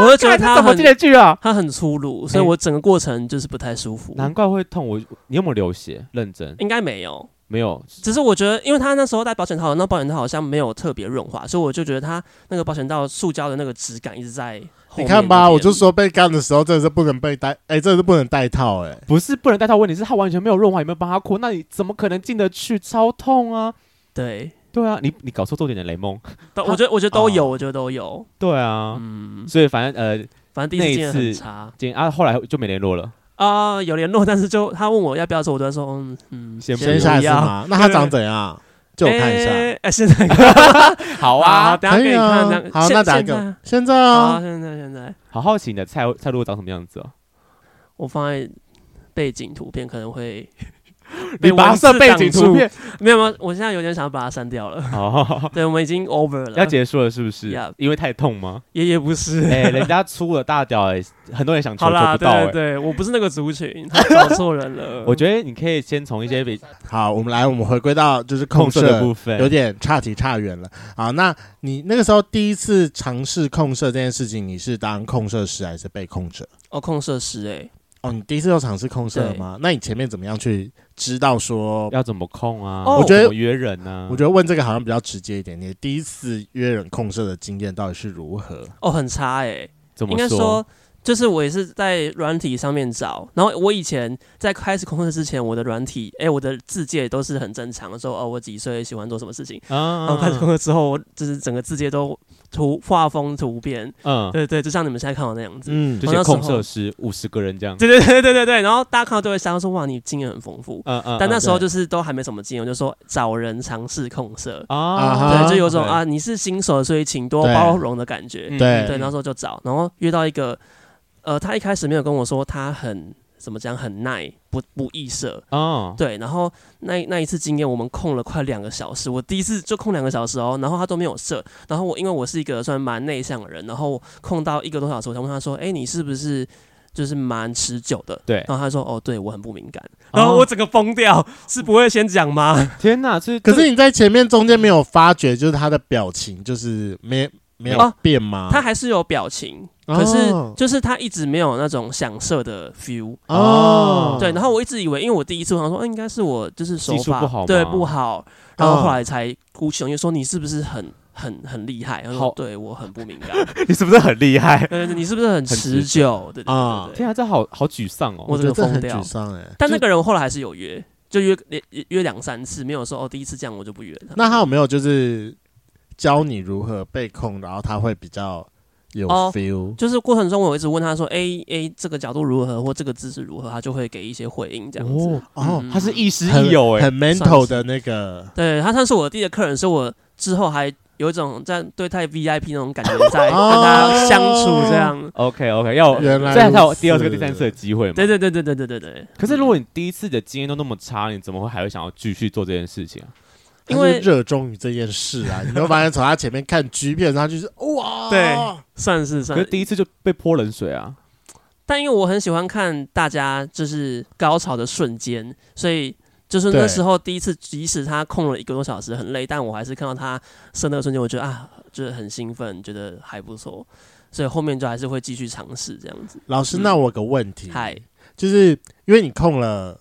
Speaker 3: 我就觉得
Speaker 2: 看
Speaker 3: 他
Speaker 2: 怎么
Speaker 3: 很
Speaker 2: 进得去啊？
Speaker 3: 他很粗鲁，所以
Speaker 2: 哎
Speaker 3: 我整个过程就是不太舒服。
Speaker 2: 难怪会痛。我你有没有流血？认真
Speaker 3: 应该没有，
Speaker 2: 没有？
Speaker 3: 只是我觉得，因为他那时候戴保险套，那保险套好像没有特别润滑，所以我就觉得他那个保险套塑胶的那个质感一直在后面那边。
Speaker 1: 你看吧，我就说被干的时候真的是不能被带，哎、真的是不能带套、哎，
Speaker 2: 不是不能带套，问题是他完全没有润滑，也没有帮他扩，那你怎么可能进得去？超痛啊！
Speaker 3: 对，
Speaker 2: 对啊，你你搞错重点的雷蒙。
Speaker 3: 但我觉得我觉得都有，
Speaker 2: 哦
Speaker 3: 我觉得都有，
Speaker 2: 对啊，
Speaker 3: 嗯，
Speaker 2: 所以反正呃，
Speaker 3: 反正第
Speaker 2: 那
Speaker 3: 一次经验很
Speaker 2: 次
Speaker 3: 差
Speaker 2: 今啊后来就没联络了。
Speaker 3: 啊、有联络，但是就他问我要不要做，我都在说嗯嗯，
Speaker 2: 先不
Speaker 1: 先
Speaker 2: 用
Speaker 1: 下一
Speaker 3: 不
Speaker 1: 次
Speaker 3: 要。
Speaker 1: 嘛。那他长怎 样？借我看一下。
Speaker 3: 哎、哎现在
Speaker 2: 好
Speaker 3: 好
Speaker 2: 啊，
Speaker 3: 等下
Speaker 1: 可
Speaker 3: 给
Speaker 1: 以
Speaker 3: 你
Speaker 1: 啊
Speaker 3: 看，这样
Speaker 1: 好，
Speaker 3: 现
Speaker 1: 那打
Speaker 3: 现在
Speaker 1: 个现在
Speaker 3: 好啊，
Speaker 1: 啊，
Speaker 3: 现在现在，
Speaker 2: 好好奇你的菜菜路长什么样子哦？
Speaker 3: 我放在背景图片可能会
Speaker 2: 你
Speaker 3: 被
Speaker 2: 把它
Speaker 3: 文字
Speaker 2: 设背
Speaker 3: 挡
Speaker 2: 景
Speaker 3: 住
Speaker 2: 图片
Speaker 3: 没有没有，我现在有点想把它删掉了。
Speaker 2: 哦，
Speaker 3: 对，我们已经 over 了，
Speaker 2: 要结束了是不是
Speaker 3: Yeah？
Speaker 2: 因为太痛 吗？
Speaker 3: 也也不是。
Speaker 2: 哎，人家粗了大屌哎，很多人想求
Speaker 3: 好
Speaker 2: 求
Speaker 3: 啦，
Speaker 2: 不到
Speaker 3: 对
Speaker 2: 哎。
Speaker 3: 对。对，我不是那个族群，他找错人了
Speaker 2: 我觉得你可以先从一些比
Speaker 1: 好，我们来，我们回归到就是控
Speaker 2: 控射的部
Speaker 1: 射，有
Speaker 2: 分，
Speaker 1: 点差题差远了。好，那你那个时候第一次尝试控射这件事情，你是当控射师还是被控者？
Speaker 3: 哦，控设施哎、
Speaker 1: 哦，你第一次就尝试控射了吗？那你前面怎么样去知道说？
Speaker 2: 要怎么控啊？
Speaker 3: 哦
Speaker 1: 我觉得
Speaker 2: 怎么约人啊呢？
Speaker 3: 嗯
Speaker 1: 我觉得问这个好像比较直接一点。你第一次约人控射的经验到底是如何？
Speaker 3: 哦很差哎、
Speaker 2: 怎么
Speaker 3: 应该说就是我也是在软体上面找，然后我以前在开始控设之前，我的软体哎、我的字界都是很正常，说哦我几岁喜欢做什么事情，然后
Speaker 2: 啊
Speaker 3: 开始工作之后，我就是整个字界都图画风突变，
Speaker 2: 嗯，
Speaker 3: 对对，就像你们现在看我那样子。
Speaker 1: 嗯，
Speaker 2: 就
Speaker 3: 我
Speaker 2: 是
Speaker 3: 那时候
Speaker 2: 控设师五十个人这样。
Speaker 3: 对对对对对对，然后大家看到都会想说哇，你经验很丰富。
Speaker 2: 嗯嗯，
Speaker 3: 但那
Speaker 2: 嗯
Speaker 3: 时候
Speaker 1: 对
Speaker 3: 就是都还没什么经验，我就说找人尝试控色，
Speaker 2: 啊，
Speaker 1: 啊
Speaker 3: 对，就有种
Speaker 2: OK
Speaker 3: 啊你是新手，所以请多
Speaker 1: 对
Speaker 3: 包容的感觉。
Speaker 2: 嗯
Speaker 1: 对
Speaker 3: 对，那时候就找，然后约到一个，呃，他一开始没有跟我说他很怎么讲很耐，不不易射。
Speaker 2: 哦，
Speaker 3: 对，然后那那一次经验，我们控了快两个小时，我第一次就控两个小时哦，然后他都没有射，然后我因为我是一个算蛮内向的人，然后控到一个多小时，我想问他说，哎，你是不是就是蛮持久的？
Speaker 2: 对
Speaker 3: 然后他说，哦，对我很不敏感，
Speaker 2: 哦
Speaker 3: 然后我整个疯 掉，是不会先讲吗？
Speaker 2: 天哪，这
Speaker 1: 可是你在前面中间没有发觉，就是他的表情就是没没有
Speaker 3: 啊
Speaker 1: 变吗？
Speaker 3: 他还是有表情，可是就是他一直没有那种想射的 feel。
Speaker 1: 哦，
Speaker 3: 对，然后我一直以为，因为我第一次我想说，啊应该是我就是手
Speaker 2: 嗯技术
Speaker 3: 法
Speaker 2: 不好吗
Speaker 3: 对不好，然后后来才鼓起勇气说你是不是很很很厉害？然
Speaker 2: 嗯
Speaker 3: 后
Speaker 2: 好
Speaker 3: 说对我很不敏感，
Speaker 2: 你是不是很厉害？
Speaker 3: 呃，你是不是很持久？对对
Speaker 1: 啊
Speaker 3: 对对
Speaker 2: 天啊，这好好沮丧哦。
Speaker 3: 我
Speaker 1: 我觉得这
Speaker 3: 整个
Speaker 1: 很
Speaker 3: 疯
Speaker 1: 沮
Speaker 3: 掉。
Speaker 1: 丧哎。
Speaker 3: 但那
Speaker 1: 就
Speaker 3: 个人我后来还是有约，就约约约两三次，没有说哦第一次这样我就不约他。
Speaker 1: 那他有没有就是教你如何被控，然后他会比较有
Speaker 3: 哦
Speaker 1: feel？
Speaker 3: 就是过程中我一直问他说，哎哎这个角度如何或这个姿势如何，他就会给一些回应这样子。
Speaker 2: 哦，
Speaker 1: 哦，
Speaker 3: 嗯
Speaker 2: 他是亦师
Speaker 1: 很
Speaker 2: 亦友哎，
Speaker 1: 很 mental 的那个
Speaker 3: 对他算是我第一个客人，所以我之后还有一种在对待 VIP 那种感觉，在跟
Speaker 2: 哦
Speaker 3: 他相处这样。
Speaker 2: OK OK，要这
Speaker 1: 原来
Speaker 2: 样才有
Speaker 1: 如此
Speaker 2: 第二次、跟第三次的机会嘛。
Speaker 3: 对对对对对对对对，
Speaker 2: 可是如果你第一次的经验都那么差，你怎么会还会想要继续做这件事情啊？
Speaker 1: 他
Speaker 3: 因为
Speaker 1: 是热衷于这件事 啊。你会发现从他前面看 G 片，他就是哦哇，
Speaker 3: 对算是
Speaker 2: 可
Speaker 3: 算
Speaker 2: 是
Speaker 3: 是。
Speaker 2: 第一次就被泼冷水啊！
Speaker 3: 但因为我很喜欢看大家就是高潮的瞬间，所以就是
Speaker 1: 对
Speaker 3: 那时候第一次，即使他空了一个多小时，很累，但我还是看到他射那个瞬间，我觉得啊，就是很兴奋，觉得还不错，所以后面就还是会继续尝试这样子。
Speaker 1: 老师，
Speaker 3: 嗯
Speaker 1: 那我有个问题，
Speaker 3: 嗨，
Speaker 1: 就是因为你控了，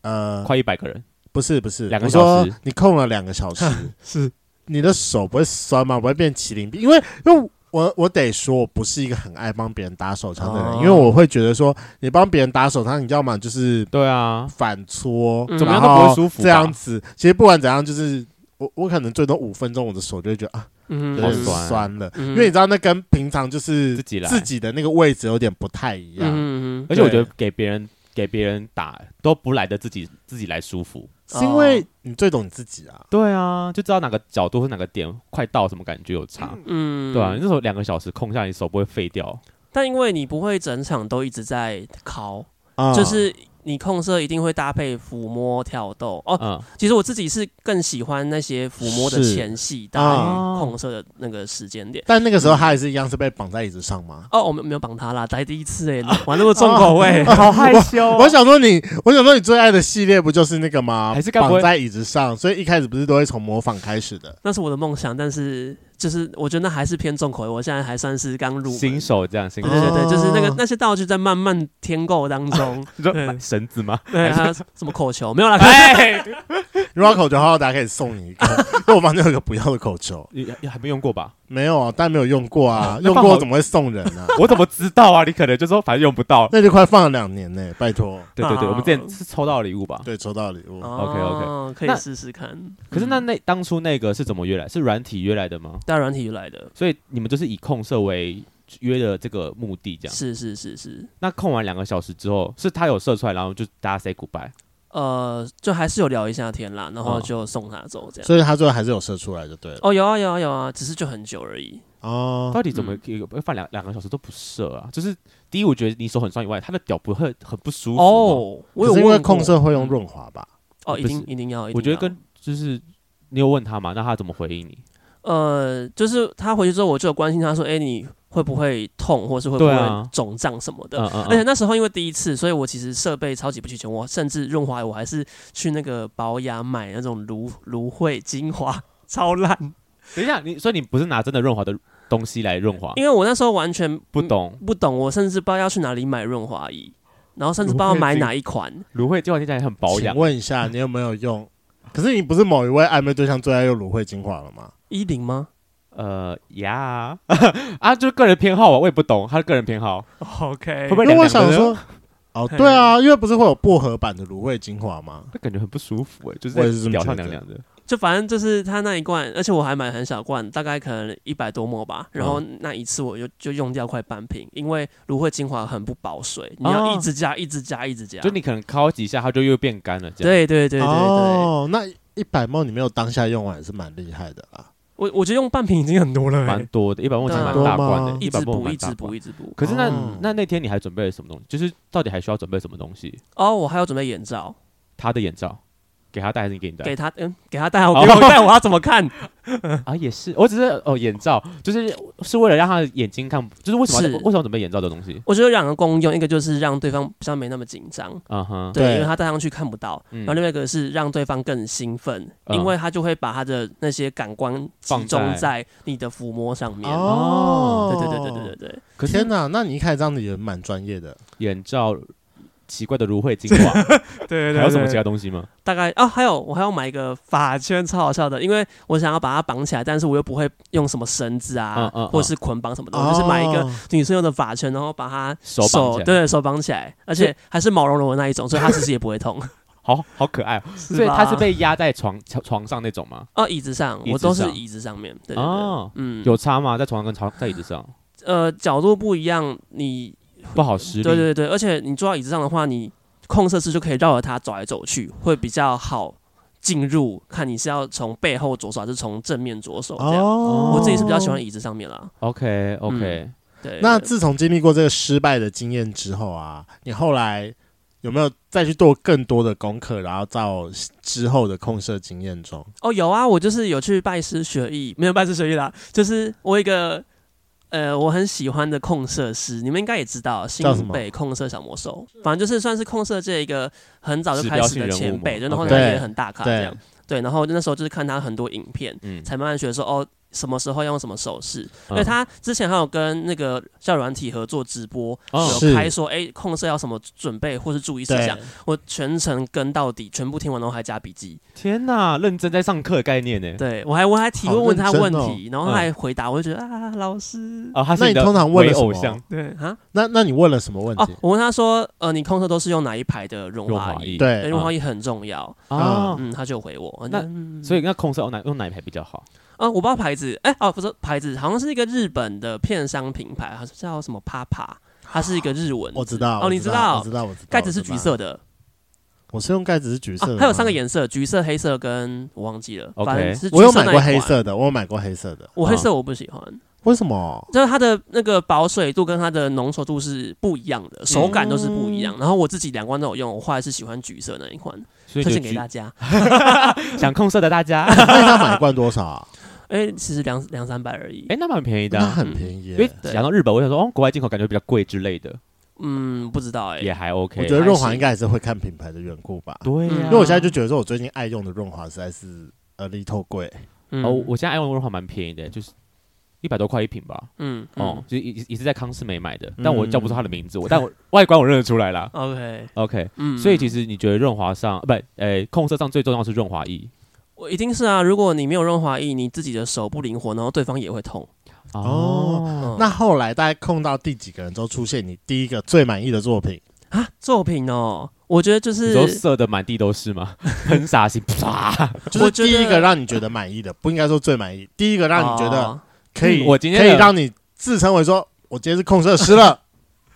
Speaker 1: 呃，
Speaker 2: 快一百个人，
Speaker 1: 不是不是，
Speaker 2: 两个
Speaker 1: 我
Speaker 2: 小
Speaker 1: 说
Speaker 2: 时
Speaker 1: 你控了两个小时，
Speaker 4: 是
Speaker 1: 你的手不会酸吗？不会变麒麟臂？因为因为我我得说，我不是一个很爱帮别人打手枪的人，
Speaker 3: 哦
Speaker 1: 因为我会觉得说，你帮别人打手枪，你要么就是
Speaker 2: 对啊，
Speaker 1: 反搓，
Speaker 3: 嗯怎么
Speaker 2: 样都不会舒服吧
Speaker 1: 这样子，其实不管怎样，就是我我可能最多五分钟，我的手就会觉得啊，
Speaker 3: 嗯
Speaker 1: 有
Speaker 3: 哼，
Speaker 2: 好
Speaker 1: 点
Speaker 2: 爽酸
Speaker 1: 酸了，
Speaker 3: 嗯
Speaker 1: 因为你知道那跟平常就是
Speaker 2: 自己来
Speaker 1: 自己的那个位置有点不太一样。
Speaker 3: 嗯哼嗯哼
Speaker 2: 而且我觉得给别人给别人打都不来得自己自己来舒服。
Speaker 1: 是因为你最懂你自己啊，
Speaker 2: 对啊，就知道哪个角度或哪个点快到什么感觉有差。
Speaker 3: 嗯，
Speaker 2: 对啊，你那时候两个小时空下来，你手不会废掉。哦
Speaker 3: 但因为你不会整场都一直在考，
Speaker 1: 啊
Speaker 3: 就是你控色一定会搭配抚摸挑逗哦。
Speaker 2: 嗯，
Speaker 3: 其实我自己是更喜欢那些抚摸的
Speaker 1: 是
Speaker 3: 前戏搭
Speaker 2: 啊
Speaker 3: 配控色的那个时间点。
Speaker 1: 但那个时候他还是一样是被绑在椅子上吗？
Speaker 3: 哦，我们没有绑他啦，才第一次 哎、玩那么重口味。
Speaker 2: 好害羞哦
Speaker 1: 我想说你，我想说你最爱的系列不就是那个吗？
Speaker 2: 还是该不
Speaker 1: 绑
Speaker 2: 会
Speaker 1: 在椅子上，所以一开始不是都会从模仿开始的？
Speaker 3: 那是我的梦想，但是就是我觉得那还是偏重口味。我现在还算是刚入门
Speaker 2: 新手这样，新
Speaker 3: 对
Speaker 2: 手。
Speaker 3: 对对，对就是那个
Speaker 1: 哦
Speaker 3: 那些道具在慢慢添购当中
Speaker 2: 你说
Speaker 4: 对
Speaker 2: 买绳子吗？
Speaker 3: 对，还有什么口球没有啦？
Speaker 2: 哎，
Speaker 1: 如果要口球的话，大家可以送你一个。 因为我房间有一个不要的口球，
Speaker 2: 你 你还没用过吧？
Speaker 1: 没有啊，但没有用过啊，
Speaker 2: 那
Speaker 1: 用
Speaker 2: 放好
Speaker 1: 过怎么会送人呢、
Speaker 2: 我怎么知道啊？你可能就说反正用不到。
Speaker 1: 那就快放了两年呢、拜托。
Speaker 2: 对对对，
Speaker 3: 啊
Speaker 2: 我们之前是抽到礼物吧？
Speaker 1: 对，抽到礼物，
Speaker 2: OK，OK
Speaker 3: 哦可
Speaker 2: 那
Speaker 3: 以试试看。嗯
Speaker 2: 可是那那当初那个是怎么约来？是软体约来的吗？
Speaker 3: 大软体来的，
Speaker 2: 所以你们就是以控色为约的这个目的，这样。
Speaker 3: 是是是是，
Speaker 2: 那控完两个小时之后，是他有射出来，然后就大家 say goodbye。
Speaker 3: 呃，就还是有聊一下天啦，然后
Speaker 2: 嗯
Speaker 3: 就送他走这样。
Speaker 1: 所以他最后还是有射出来就对了。
Speaker 3: 哦，有啊有啊有啊，只是就很久而已。
Speaker 1: 哦，
Speaker 2: 到底怎
Speaker 3: 嗯
Speaker 2: 么可以放两两个小时都不射啊？就是第一，我觉得你手很酸以外，他的屌不会很不舒服吗。
Speaker 3: 哦，我有
Speaker 1: 可是因
Speaker 3: 问
Speaker 1: 为
Speaker 3: 过
Speaker 1: 控色会用润滑吧？
Speaker 2: 嗯
Speaker 3: 哦，一
Speaker 2: 不是
Speaker 3: 定一定要，一定
Speaker 2: 我觉得
Speaker 3: 要
Speaker 2: 跟就是你有问他嘛，那他怎么回应你？
Speaker 3: 呃，就是他回去之后，我就有关心他说，哎、你会不会痛，或是会不
Speaker 2: 对啊
Speaker 3: 会肿胀什么的。
Speaker 2: 嗯嗯
Speaker 3: 而且
Speaker 2: 嗯，
Speaker 3: 那时候因为第一次，所以我其实设备超级不齐全，我甚至润滑油我还是去那个保养买那种芦芦荟精华， 超
Speaker 2: 啊
Speaker 3: 烂，
Speaker 2: 等一下，你所以你不是拿真的润滑的东西来润滑
Speaker 3: 因，为我那时候完全
Speaker 2: 不懂
Speaker 3: 不懂，我甚至不知道要去哪里买润滑液，然后甚至不知道
Speaker 1: 芦荟
Speaker 3: 买
Speaker 1: 精
Speaker 3: 哪一款。
Speaker 2: 芦荟精华听起来很保
Speaker 1: 请
Speaker 2: 养。
Speaker 1: 问一下，你有没有 用？可是你不是某一位暧昧对象最爱用芦荟精华了吗？
Speaker 3: 一零吗？
Speaker 2: 呃呀 啊，就是个人偏好啊，我也不懂他的个人偏好，
Speaker 4: OK，
Speaker 3: 哎
Speaker 2: 会不会
Speaker 1: 因为我
Speaker 2: 两两个
Speaker 1: 想
Speaker 2: 呢？
Speaker 1: 说，哦，对啊，因为不是会有薄荷版的芦荟精华吗？
Speaker 2: 那感觉很不舒服哎，就
Speaker 1: 我也是
Speaker 2: 是
Speaker 1: 这么
Speaker 2: 屌
Speaker 1: 觉
Speaker 2: 上
Speaker 1: 得
Speaker 2: 凉凉的。
Speaker 3: 就反正就是他那一罐，而且我还买很小罐，大概可能一百多沫吧。然后那一次我就就用掉快半瓶，因为芦荟精华很不保水，你要一直加、一直加、一直加。
Speaker 2: 就你可能敲几下，它就又变干了这样。
Speaker 3: 对对对对对，
Speaker 1: 哦，那一百梦你没有当下用完也是蛮厉害的啦。
Speaker 3: 我我觉得用半瓶已
Speaker 4: 已
Speaker 3: 经
Speaker 4: 经很多了、
Speaker 2: 蛮
Speaker 4: 欸，
Speaker 2: 多的，一百梦其实
Speaker 3: 对啊
Speaker 2: 蛮大罐
Speaker 1: 多吗
Speaker 2: 的，
Speaker 3: 一
Speaker 2: 百
Speaker 3: 直
Speaker 2: 梦
Speaker 3: 补、一
Speaker 2: 蛮
Speaker 3: 直
Speaker 2: 大
Speaker 3: 补、
Speaker 2: 罐。
Speaker 3: 一直补。
Speaker 2: 可是那
Speaker 1: 哦
Speaker 2: 那那天你还准备了什么东西？就是到底还需要准备什么东西？
Speaker 3: 哦，我还要准备眼罩
Speaker 2: 他的眼罩，给他戴还是你给你戴
Speaker 3: 给？他，嗯，给他戴好，
Speaker 2: 哦
Speaker 3: 给我戴，我要怎么看？
Speaker 2: 啊，也是，我只是哦，眼罩就是是为了让他的眼睛看，就是为什么要为
Speaker 3: 是
Speaker 2: 什么要准备眼罩这个东西？
Speaker 3: 我觉得有两个功用，一个就是让对方比较没那么紧张，
Speaker 2: 啊哈，
Speaker 3: 对，
Speaker 1: 对
Speaker 3: 因为他戴上去看不到。
Speaker 2: 嗯
Speaker 3: 然后另外一个是让对方更兴奋，
Speaker 2: 嗯
Speaker 3: 因为他就会把他的那些感官集
Speaker 2: 放
Speaker 3: 中
Speaker 2: 在
Speaker 3: 在你的抚摸上面。
Speaker 1: 哦，
Speaker 3: 对对对对对对对，
Speaker 2: 可
Speaker 1: 天
Speaker 2: 是
Speaker 1: 哪，那你一开始这样子也蛮专业的。
Speaker 2: 眼罩奇怪的芦荟精 华，
Speaker 4: 对对对，
Speaker 2: 还有什么
Speaker 4: 对
Speaker 2: 其他东西吗？
Speaker 3: 大概啊，还有我还要买一个发圈，超好笑的，因为我想要把它绑起来，但是我又不会用什么绳子啊，
Speaker 2: 嗯嗯嗯
Speaker 3: 或者是捆绑什么的，我就是买一个
Speaker 1: 哦，
Speaker 3: 女生用的发圈，然后把它
Speaker 2: 手绑起来
Speaker 3: 对手绑起来，而且还是毛茸茸的那一种，所以它其实也不会 痛。
Speaker 2: 好好可爱哦，所以
Speaker 3: 吧
Speaker 2: 他是被压在床 床床上那种吗？
Speaker 3: 哦，椅子上，
Speaker 2: 椅子
Speaker 3: 我都是
Speaker 2: 上
Speaker 3: 椅子上面，对对对，
Speaker 2: 哦，
Speaker 3: 嗯，
Speaker 2: 有差吗？在床上跟床在椅子上
Speaker 3: 呃角度不一样，你
Speaker 2: 不好施力。
Speaker 3: 对对对，而且你坐到椅子上的话，你控色师就可以绕着它走来走去，会比较好进入。看你是要从背后着手还是从正面着手这样。
Speaker 1: 哦
Speaker 3: 我自己是比较喜欢椅子上面啦。
Speaker 2: OK OK，、
Speaker 3: 对，
Speaker 1: 那
Speaker 3: 对
Speaker 1: 自从经历过这个失败的经验之后啊，你后来有没有再去做更多的功课，然后到之后的控射经验中？
Speaker 3: 哦有啊，我就是有去拜师学艺，没有拜师学艺啦，就是我有一个。呃，我很喜欢的控色师，你们应该也知道，新
Speaker 1: 叫什么
Speaker 3: 北控色小魔兽，反正就是算是控色界一个很早就
Speaker 2: 指
Speaker 3: 开
Speaker 2: 标
Speaker 3: 始
Speaker 2: 性
Speaker 3: 的
Speaker 2: 人物
Speaker 3: 前
Speaker 2: 嘛
Speaker 3: 辈，就然后
Speaker 2: OK
Speaker 3: 他也很大咖这
Speaker 1: 对
Speaker 3: 样。，对，然后那时候就是看他很多影片，
Speaker 2: 嗯，
Speaker 3: 才慢慢学说哦，什么时候要用什么手势。
Speaker 2: 嗯
Speaker 3: 因为他之前还有跟那个校软体合作直播，
Speaker 2: 哦
Speaker 1: 是
Speaker 3: 有开说哎、控色要什么准备或是注意事
Speaker 1: 对
Speaker 3: 项，，我全程跟到底，全部听完，然后还加笔记。
Speaker 2: 天哪，认真在上课的概念呢。
Speaker 3: 对我还我还提
Speaker 1: 好
Speaker 3: 问问他
Speaker 1: 认真
Speaker 3: 问
Speaker 1: 哦
Speaker 3: 题，然后他还回答，我就觉得啊，老师。
Speaker 2: 啊，他是
Speaker 1: 那你
Speaker 2: 的
Speaker 1: 通常问了
Speaker 2: 唯
Speaker 1: 什么
Speaker 2: 偶像
Speaker 4: 对
Speaker 3: 啊
Speaker 1: 那那你问了什么问
Speaker 3: 哦
Speaker 1: 题？，
Speaker 3: 我问他说，呃，你控色都是用哪一排的润
Speaker 2: 润
Speaker 3: 滑
Speaker 2: 滑
Speaker 3: 液？
Speaker 2: 液
Speaker 3: 对，
Speaker 1: 对，
Speaker 3: 润滑液很重要。
Speaker 2: 啊，
Speaker 3: 嗯，他就回我，
Speaker 2: 那
Speaker 3: 嗯
Speaker 2: 所以那控色用哪用哪一排比较好？
Speaker 3: 啊，我不知道牌子，哎、哦，不是牌子，好像是一个日本的片商品牌，好像叫什么 Papa，它是一个日文字。
Speaker 1: 我知道，
Speaker 3: 哦，
Speaker 1: 我
Speaker 3: 你
Speaker 1: 知
Speaker 3: 知
Speaker 1: 道，我
Speaker 3: 道
Speaker 1: 知，道，我知道。
Speaker 3: 盖子
Speaker 1: 我
Speaker 3: 是
Speaker 1: 知
Speaker 3: 橘
Speaker 1: 道，
Speaker 3: 色的，
Speaker 1: 我是用盖子是橘色
Speaker 3: 啊
Speaker 1: 的，，
Speaker 3: 它有三个。颜色，橘色、黑色跟我忘记了
Speaker 2: OK
Speaker 3: 反正是橘色
Speaker 1: 我有买
Speaker 3: 那一
Speaker 1: 过黑嗯
Speaker 3: 款，
Speaker 1: 色的，我有买过黑色的。
Speaker 3: 我黑色我不喜欢，
Speaker 1: 为什么？
Speaker 3: 就是它的那个保水度跟它的浓稠度是不一样的，手感都是不一
Speaker 1: 嗯
Speaker 3: 样。然后我自己两罐都有用，我后来是喜欢橘色那一款，
Speaker 2: 所以
Speaker 3: 推
Speaker 2: 就
Speaker 3: 荐给
Speaker 2: 橘
Speaker 3: 大家。
Speaker 2: 想控色的大家，
Speaker 1: 那他买一罐多少啊？
Speaker 3: 哎，其实两两三百而已。
Speaker 2: 哎，那蛮便宜的
Speaker 1: 那
Speaker 2: 啊。
Speaker 1: 很便宜
Speaker 2: 因为
Speaker 1: 耶。
Speaker 3: 对
Speaker 2: 想到日本，我想说，哦，国外进口感觉比较贵之类的，
Speaker 3: 嗯，不知道哎、
Speaker 2: 也还
Speaker 1: 我
Speaker 2: OK
Speaker 1: 觉。得润滑应该还是会看品牌的缘故吧，
Speaker 2: 对
Speaker 3: 嗯
Speaker 2: 呀，
Speaker 1: 因为我现在就觉得说我最近爱用的润滑实在是呃力透贵，
Speaker 3: 嗯
Speaker 2: 哦，我现在爱用的润滑蛮便宜的，就是一百多块一瓶吧。
Speaker 3: 嗯
Speaker 2: 哦
Speaker 3: 哦，
Speaker 2: 就也也是在康斯美买
Speaker 1: 嗯
Speaker 2: 的，但我叫不出它的名字，我但我外观我认得出来啦。
Speaker 3: ，OK，
Speaker 2: OK，
Speaker 3: 嗯，
Speaker 2: 所以其实你觉得润滑上，不，诶，控色上最重要是润滑液。
Speaker 3: 我一定是啊，如果你没有润滑液，你自己的手不灵活，然后对方也会痛。
Speaker 1: 哦
Speaker 3: 嗯、
Speaker 1: 那后来大概控到第几个人之后，出现你第一个最满意的作品？
Speaker 3: 啊，作品哦，我觉得就
Speaker 2: 你说
Speaker 3: 是
Speaker 2: 射的满地都是吗？ 喷洒型，啪！
Speaker 1: 就是
Speaker 3: 我觉得
Speaker 1: 第一个让你觉得满意的，不应该说最满意，第一个让你觉得
Speaker 3: 哦
Speaker 1: 可以，
Speaker 2: 嗯我今天
Speaker 1: 可
Speaker 2: 的
Speaker 1: 以让你自称为说，我今天是控射师 了。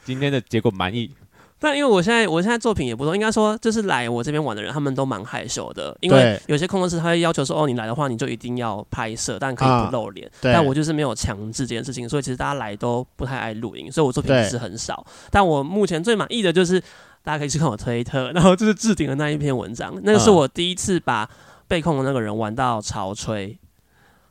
Speaker 2: 今天的结果满意，
Speaker 3: 但因为我现在我现在作品也不多，应该说就是来我这边玩的人，他们都蛮害羞的，因为
Speaker 1: 对
Speaker 3: 有些工作室他会要求说，哦，你来的话你就一定要拍摄，但可以
Speaker 1: 啊
Speaker 3: 不露脸。
Speaker 1: 对
Speaker 3: 但我就是没有强制这件事情，所以其实大家来都不太爱录音，所以我作品
Speaker 1: 对
Speaker 3: 是很少。但我目前最满意的就是大家可以去看我推特， 然后就是置顶的那一篇文章，那个是
Speaker 2: 嗯
Speaker 3: 我第一次把被控的那个人玩到潮吹，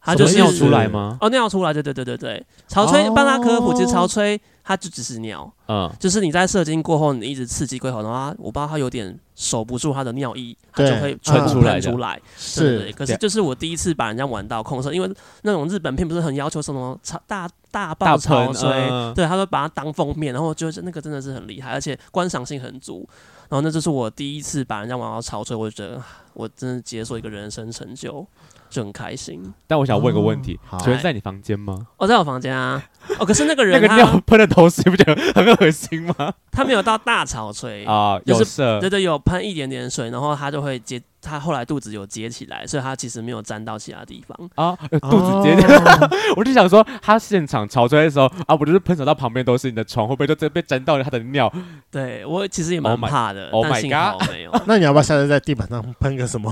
Speaker 3: 他
Speaker 2: 什
Speaker 3: 就
Speaker 2: 么
Speaker 3: 是
Speaker 2: 尿出来哦吗？
Speaker 3: 哦，尿出来，对对对对对，潮吹帮他科普，其实潮吹它就只是尿，
Speaker 2: 嗯，
Speaker 3: 就是你在射精过后，你一直刺激龟头的话，我不知道它有点守不住它的尿意，它就
Speaker 1: 对
Speaker 3: 会
Speaker 1: 喷
Speaker 3: 全部
Speaker 2: 出来
Speaker 3: 喷
Speaker 2: 的
Speaker 3: 出来。对对对，
Speaker 1: 是
Speaker 3: 可是就是我第一次把人家玩到控射，因为那种日本片不是很要求什么超大
Speaker 2: 大
Speaker 3: 大爆
Speaker 2: 喷
Speaker 3: 潮吹，
Speaker 2: 嗯
Speaker 3: 对，他会把它当封面，然后我觉得那个真的是很厉害，而且观赏性很足。然后那就是我第一次把人家玩到潮吹，我就觉得啊我真的解锁一个人生成就，就很开心。
Speaker 2: 但我想问个问题
Speaker 1: 哦好，
Speaker 2: 请问是在你房间吗？
Speaker 3: 我、在我房间啊，哦，可是那个
Speaker 2: 那
Speaker 3: 人
Speaker 2: 个
Speaker 3: 他
Speaker 2: 尿喷的同时，你不觉得很恶心 吗？
Speaker 3: 他没有到大潮吹
Speaker 2: 啊，
Speaker 3: 就
Speaker 2: 有
Speaker 3: 是
Speaker 2: 射
Speaker 3: 对对，有喷一点点水，然后它就会结，它后来肚子有结起来，所以它其实没有沾到其他地方。
Speaker 2: 啊，呃肚子接，
Speaker 1: 哦
Speaker 3: 哦
Speaker 2: 我就想说，他现场潮吹的时候啊，我就是喷洒到旁边都是你的床，会不会就真被沾到了他的尿？
Speaker 3: 对我其实也
Speaker 2: Oh
Speaker 3: 蛮
Speaker 2: my-
Speaker 3: 怕的
Speaker 2: Oh
Speaker 3: 但
Speaker 2: my
Speaker 3: 幸好没有。
Speaker 1: 那你要不要下次在地板上喷个什么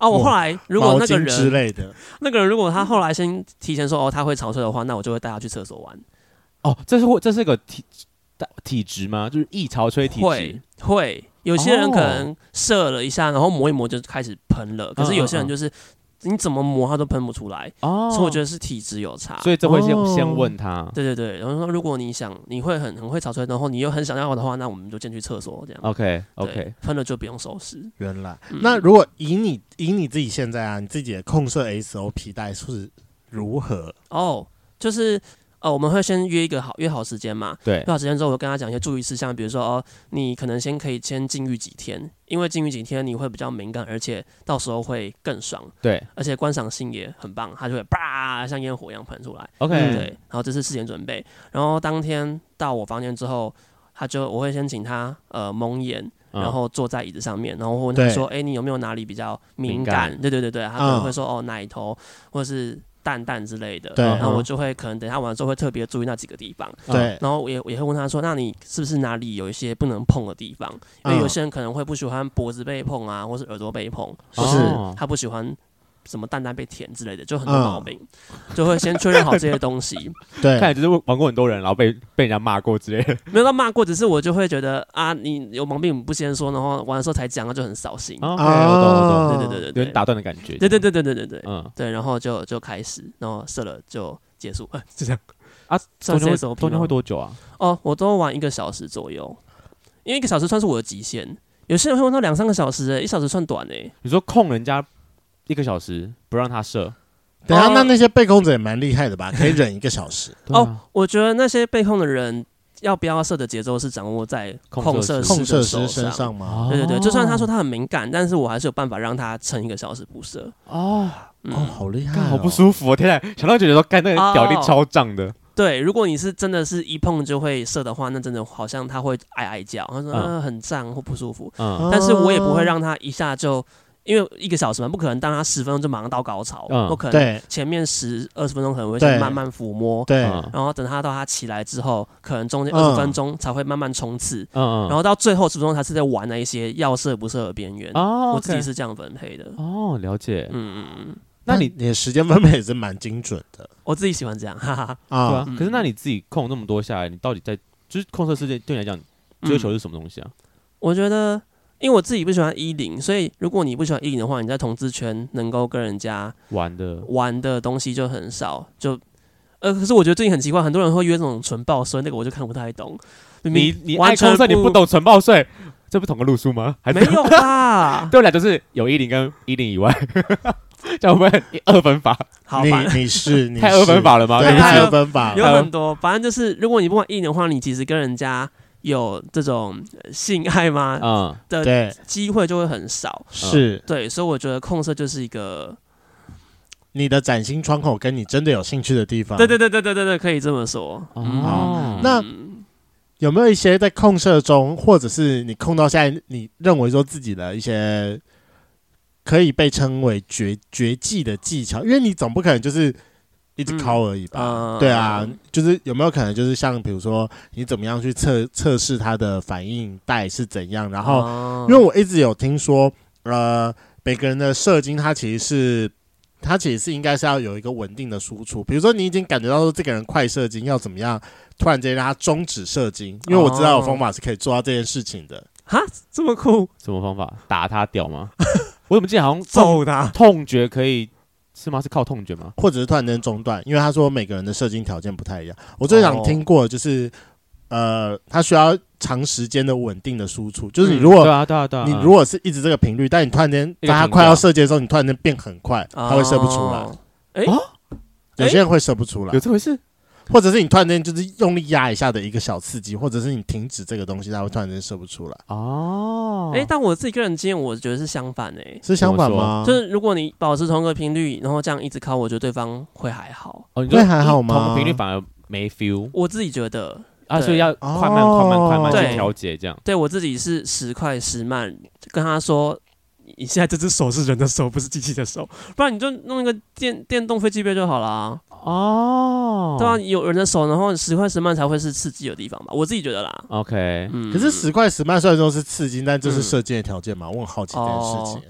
Speaker 3: 哦，我
Speaker 1: 哇
Speaker 3: 后来如果
Speaker 1: 毛
Speaker 3: 那个
Speaker 1: 巾之
Speaker 3: 人，
Speaker 1: 类的？
Speaker 3: 那个人如果他后来先提前说哦他会潮吹的话，那我就会带他去厕所 玩。
Speaker 2: 哦，这是会这是个体体质吗？就是易潮吹体质
Speaker 3: 会会，有些人
Speaker 2: 哦
Speaker 3: 可能射了一下，然后磨一磨就开始喷了，可是有些
Speaker 2: 嗯
Speaker 3: 人
Speaker 2: 嗯嗯
Speaker 3: 就是你怎么磨他都喷不出来，
Speaker 2: 哦，
Speaker 3: 所以我觉得是体质有差。
Speaker 2: 所以这会先
Speaker 1: 哦
Speaker 2: 先问他。
Speaker 3: 对对对，然后说如果你想你会很很会潮吹，然后你又很想要的话，那我们就先去厕所这样。
Speaker 2: OK
Speaker 3: 对
Speaker 2: OK，
Speaker 3: 喷了就不用收拾。
Speaker 1: 原来，
Speaker 3: 嗯
Speaker 1: 那如果以你以你自己现在啊，你自己的控射 SOP 带是如何？
Speaker 3: 哦，就是呃，我们会先约一个好约好时间嘛，
Speaker 2: 对
Speaker 3: 约好时间之后，我会跟他讲一些注意事项，比如说哦，你可能先可以先禁欲几天，因为禁欲几天你会比较敏感，而且到时候会更爽，
Speaker 2: 对
Speaker 3: 而且观赏性也很棒，它就会叭像烟火一样喷出来。
Speaker 1: 嗯
Speaker 3: 对
Speaker 2: ，OK，，
Speaker 3: 然后这是事前准备，然后当天到我房间之后。他就我会先请他呃蒙眼，
Speaker 2: 嗯
Speaker 3: 然后坐在椅子上面，然后问他
Speaker 1: 对
Speaker 3: 说：“哎、你有没有哪里比较敏
Speaker 2: 敏
Speaker 3: 感？”
Speaker 2: 感
Speaker 3: 对对对对，他可能
Speaker 1: 嗯
Speaker 3: 会说：“哦，奶头或是蛋蛋之类的。”
Speaker 1: 对
Speaker 3: 然后
Speaker 2: 嗯
Speaker 3: 我就会可能等一下玩的时候会特别注意那几个地方，
Speaker 2: 啊
Speaker 1: 对，
Speaker 3: 然后我也我也会问他说：“那你是不是哪里有一些不能碰的地方？因
Speaker 2: 嗯
Speaker 3: 为有些人可能会不喜欢脖子被碰啊，或是耳朵被碰，或是
Speaker 2: 哦嗯
Speaker 3: 他不喜欢。”什么蛋蛋被舔之类的，就很多毛病，就会先确认好这些东西。
Speaker 1: 嗯对
Speaker 2: 看来就是玩过很多人，然后被被人家骂过之类 的。
Speaker 3: 没有到骂过，只是我就会觉得啊，你有毛病你不先说，然后玩的时候才讲，那啊就很扫兴。
Speaker 2: OK，我哎懂我懂，
Speaker 3: 对对
Speaker 2: 哦
Speaker 3: 对对
Speaker 2: 有
Speaker 3: 哦对，
Speaker 2: 点打断的感觉。
Speaker 3: 对对对对对对对
Speaker 2: 嗯
Speaker 3: 对，然后就就开始，然后射了就结束。 呃
Speaker 4: 就这样。
Speaker 2: 啊，
Speaker 3: 算
Speaker 2: 中
Speaker 3: 是
Speaker 2: 间会
Speaker 3: SOP 吗
Speaker 2: 中间会多久啊？
Speaker 3: 哦，我都玩一个小时左右，因为一个小时算是我的极限。有些人会玩到两三个小时、欸，一小时算短诶、
Speaker 2: 你说控人家一个小时不让他射，
Speaker 1: 等一下
Speaker 3: 哦
Speaker 1: 那那些被控者也蛮厉害的吧？可以忍一个小 时，
Speaker 2: 对啊
Speaker 3: 哦，我觉得那些被控的人要不要射的节奏是掌握在
Speaker 2: 控
Speaker 3: 控
Speaker 2: 射
Speaker 3: 射
Speaker 2: 师
Speaker 1: 控射
Speaker 3: 的
Speaker 1: 师身
Speaker 3: 上。
Speaker 1: 上哦吗？
Speaker 2: 啊
Speaker 3: 对对对，就算他说他很敏感，但是我还是有办法让他撑一个小时不射。
Speaker 2: 哦，
Speaker 3: 嗯，
Speaker 1: 哦，好厉害
Speaker 2: 干
Speaker 1: 哦，
Speaker 2: 好不舒服哦！天啊，想到就觉得说干那个
Speaker 3: 哦
Speaker 2: 屌力超胀的，
Speaker 3: 对，如果你是真的是一碰就会射的话，那真的好像他会哀哀叫，他说、
Speaker 2: 嗯
Speaker 3: 呃、很胀或不舒服。
Speaker 2: 嗯
Speaker 1: 哦
Speaker 3: 但是我也不会让他一下就，因为一个小时嘛，不可能当他十分钟就马上到高潮，
Speaker 2: 嗯
Speaker 3: 我可能
Speaker 1: 对
Speaker 3: 前面十二十分钟可能会
Speaker 1: 对
Speaker 3: 先慢慢抚摸，
Speaker 1: 对，
Speaker 2: 嗯
Speaker 3: 然后等他到他起来之后，可能中间
Speaker 1: 嗯
Speaker 3: 二十分钟才会慢慢冲刺，
Speaker 2: 嗯，
Speaker 3: 然后到最后十分钟才是在玩那一些要射不射的边缘。
Speaker 2: 哦，
Speaker 3: 我自己
Speaker 2: OK
Speaker 3: 是这样分配的。
Speaker 2: 哦，了解。
Speaker 3: 嗯嗯嗯，
Speaker 2: 那你
Speaker 1: 你的时间分配也是蛮精准的
Speaker 3: 我自己喜欢这样，哈哈。
Speaker 2: 对
Speaker 1: 啊
Speaker 2: 啊。可是那你自己控那么多下来，你到底在就是控色世界对你来讲追求是什么东西啊？
Speaker 3: 我觉得，嗯因为我自己不喜欢一零，所以如果你不喜欢一零的话，你在同志圈能够跟人家
Speaker 2: 玩的
Speaker 3: 玩的东西就很少，就。呃，可是我觉得最近很奇怪，很多人会约这种纯报所以那个我就看不太懂。明
Speaker 2: 你
Speaker 3: 明
Speaker 2: 你爱
Speaker 3: 完
Speaker 2: 控
Speaker 3: 全
Speaker 2: 色你不，懂纯报税，这不同个路数吗？还是？
Speaker 3: 没有吧
Speaker 2: 对我俩就是有一零跟一零以外，这样会不会二分法？
Speaker 3: 好吧，
Speaker 1: 你你 是你
Speaker 2: 太二分
Speaker 1: 是
Speaker 2: 法了吗？
Speaker 1: 对，
Speaker 2: 你
Speaker 3: 太
Speaker 1: 太
Speaker 2: 是
Speaker 1: 二分法
Speaker 3: 有
Speaker 2: 还有
Speaker 3: 很多，反正就是如果你不玩艺人的话，你其实跟人家有这种呃性爱吗
Speaker 2: 嗯，
Speaker 3: 的
Speaker 1: 对，
Speaker 3: 机会就会很少。
Speaker 1: 是
Speaker 3: 对，所以我觉得控色就是一个，
Speaker 1: 你的崭新窗口跟你真的有兴趣的地方。
Speaker 3: 对对对对对对对，可以这么说。嗯
Speaker 2: 哦，
Speaker 1: 啊那有没有一些在控社中，或者是你控到现在，你认为说自己的一些可以被称为绝绝技的技巧？因为你总不可能就是一直敲而已吧？
Speaker 3: 嗯嗯
Speaker 1: 对啊
Speaker 3: 嗯，
Speaker 1: 就是有没有可能就是像比如说你怎么样去测测试它的反应带是怎样？然后，
Speaker 3: 后
Speaker 1: 因为我一直有听说，呃，每个人的射精它其实是。它其实是应该是要有一个稳定的输出，比如说你已经感觉到说这个人快射精要怎么样，突然间让他终止射精，因为我知道有方法是可以做到这件事情的。
Speaker 4: 这么酷，
Speaker 2: 什么方法？打他屌吗？我怎么记得好像痛
Speaker 4: 揍他！
Speaker 2: 痛觉可以是吗？是靠痛觉吗？
Speaker 1: 或者是突然间中断，因为他说每个人的射精条件不太一样。我最想
Speaker 3: 哦
Speaker 1: 听过的就是，呃，他需要长时间的稳定的输出，就是你
Speaker 3: 嗯
Speaker 1: 如
Speaker 2: 对
Speaker 1: 果、
Speaker 2: 啊，对啊，对啊。
Speaker 1: 你
Speaker 2: 嗯
Speaker 1: 如果是一直这个频率，但你突然间
Speaker 2: 一个
Speaker 1: 在他
Speaker 2: 停
Speaker 1: 快要
Speaker 2: 掉
Speaker 1: 射精的时候，你突然间变很快，他会射不出来。
Speaker 3: 哦哎
Speaker 2: 哦
Speaker 1: 有些人会射不出来
Speaker 2: 有，这回事？
Speaker 1: 或者是你突然间就是用力压一下的一个小刺激，或者是你停止这个东西，它会突然间射不出来，
Speaker 2: 哦，
Speaker 3: 哎，但我自己个人经验，我觉得是相反诶。
Speaker 1: 是相反吗？
Speaker 3: 就是如果你保持同一个频率，然后这样一直靠，我觉得对方会还好。
Speaker 2: 哦，你说
Speaker 1: 会还好吗
Speaker 2: 同频率反而没 feel
Speaker 3: 我自己觉得，
Speaker 2: 啊，
Speaker 3: 对
Speaker 2: 所以要
Speaker 1: 哦
Speaker 2: 快慢、快慢、快慢
Speaker 3: 对
Speaker 2: 去调节这样。
Speaker 3: 对我自己是时快时慢，跟他说，
Speaker 4: 你现在这只手是人的手，不是机器的手。
Speaker 3: 不然你就弄一个电电动飞机杯就好了啊。
Speaker 2: 哦，
Speaker 3: 对啊，有人的手，然后时快时慢才会是刺激的地方吧，我自己觉得啦。
Speaker 4: 哎
Speaker 2: OK，
Speaker 3: 嗯，
Speaker 1: 可是十块十慢虽然说是刺激，但这是射箭的条件嘛？我很好奇这件事情。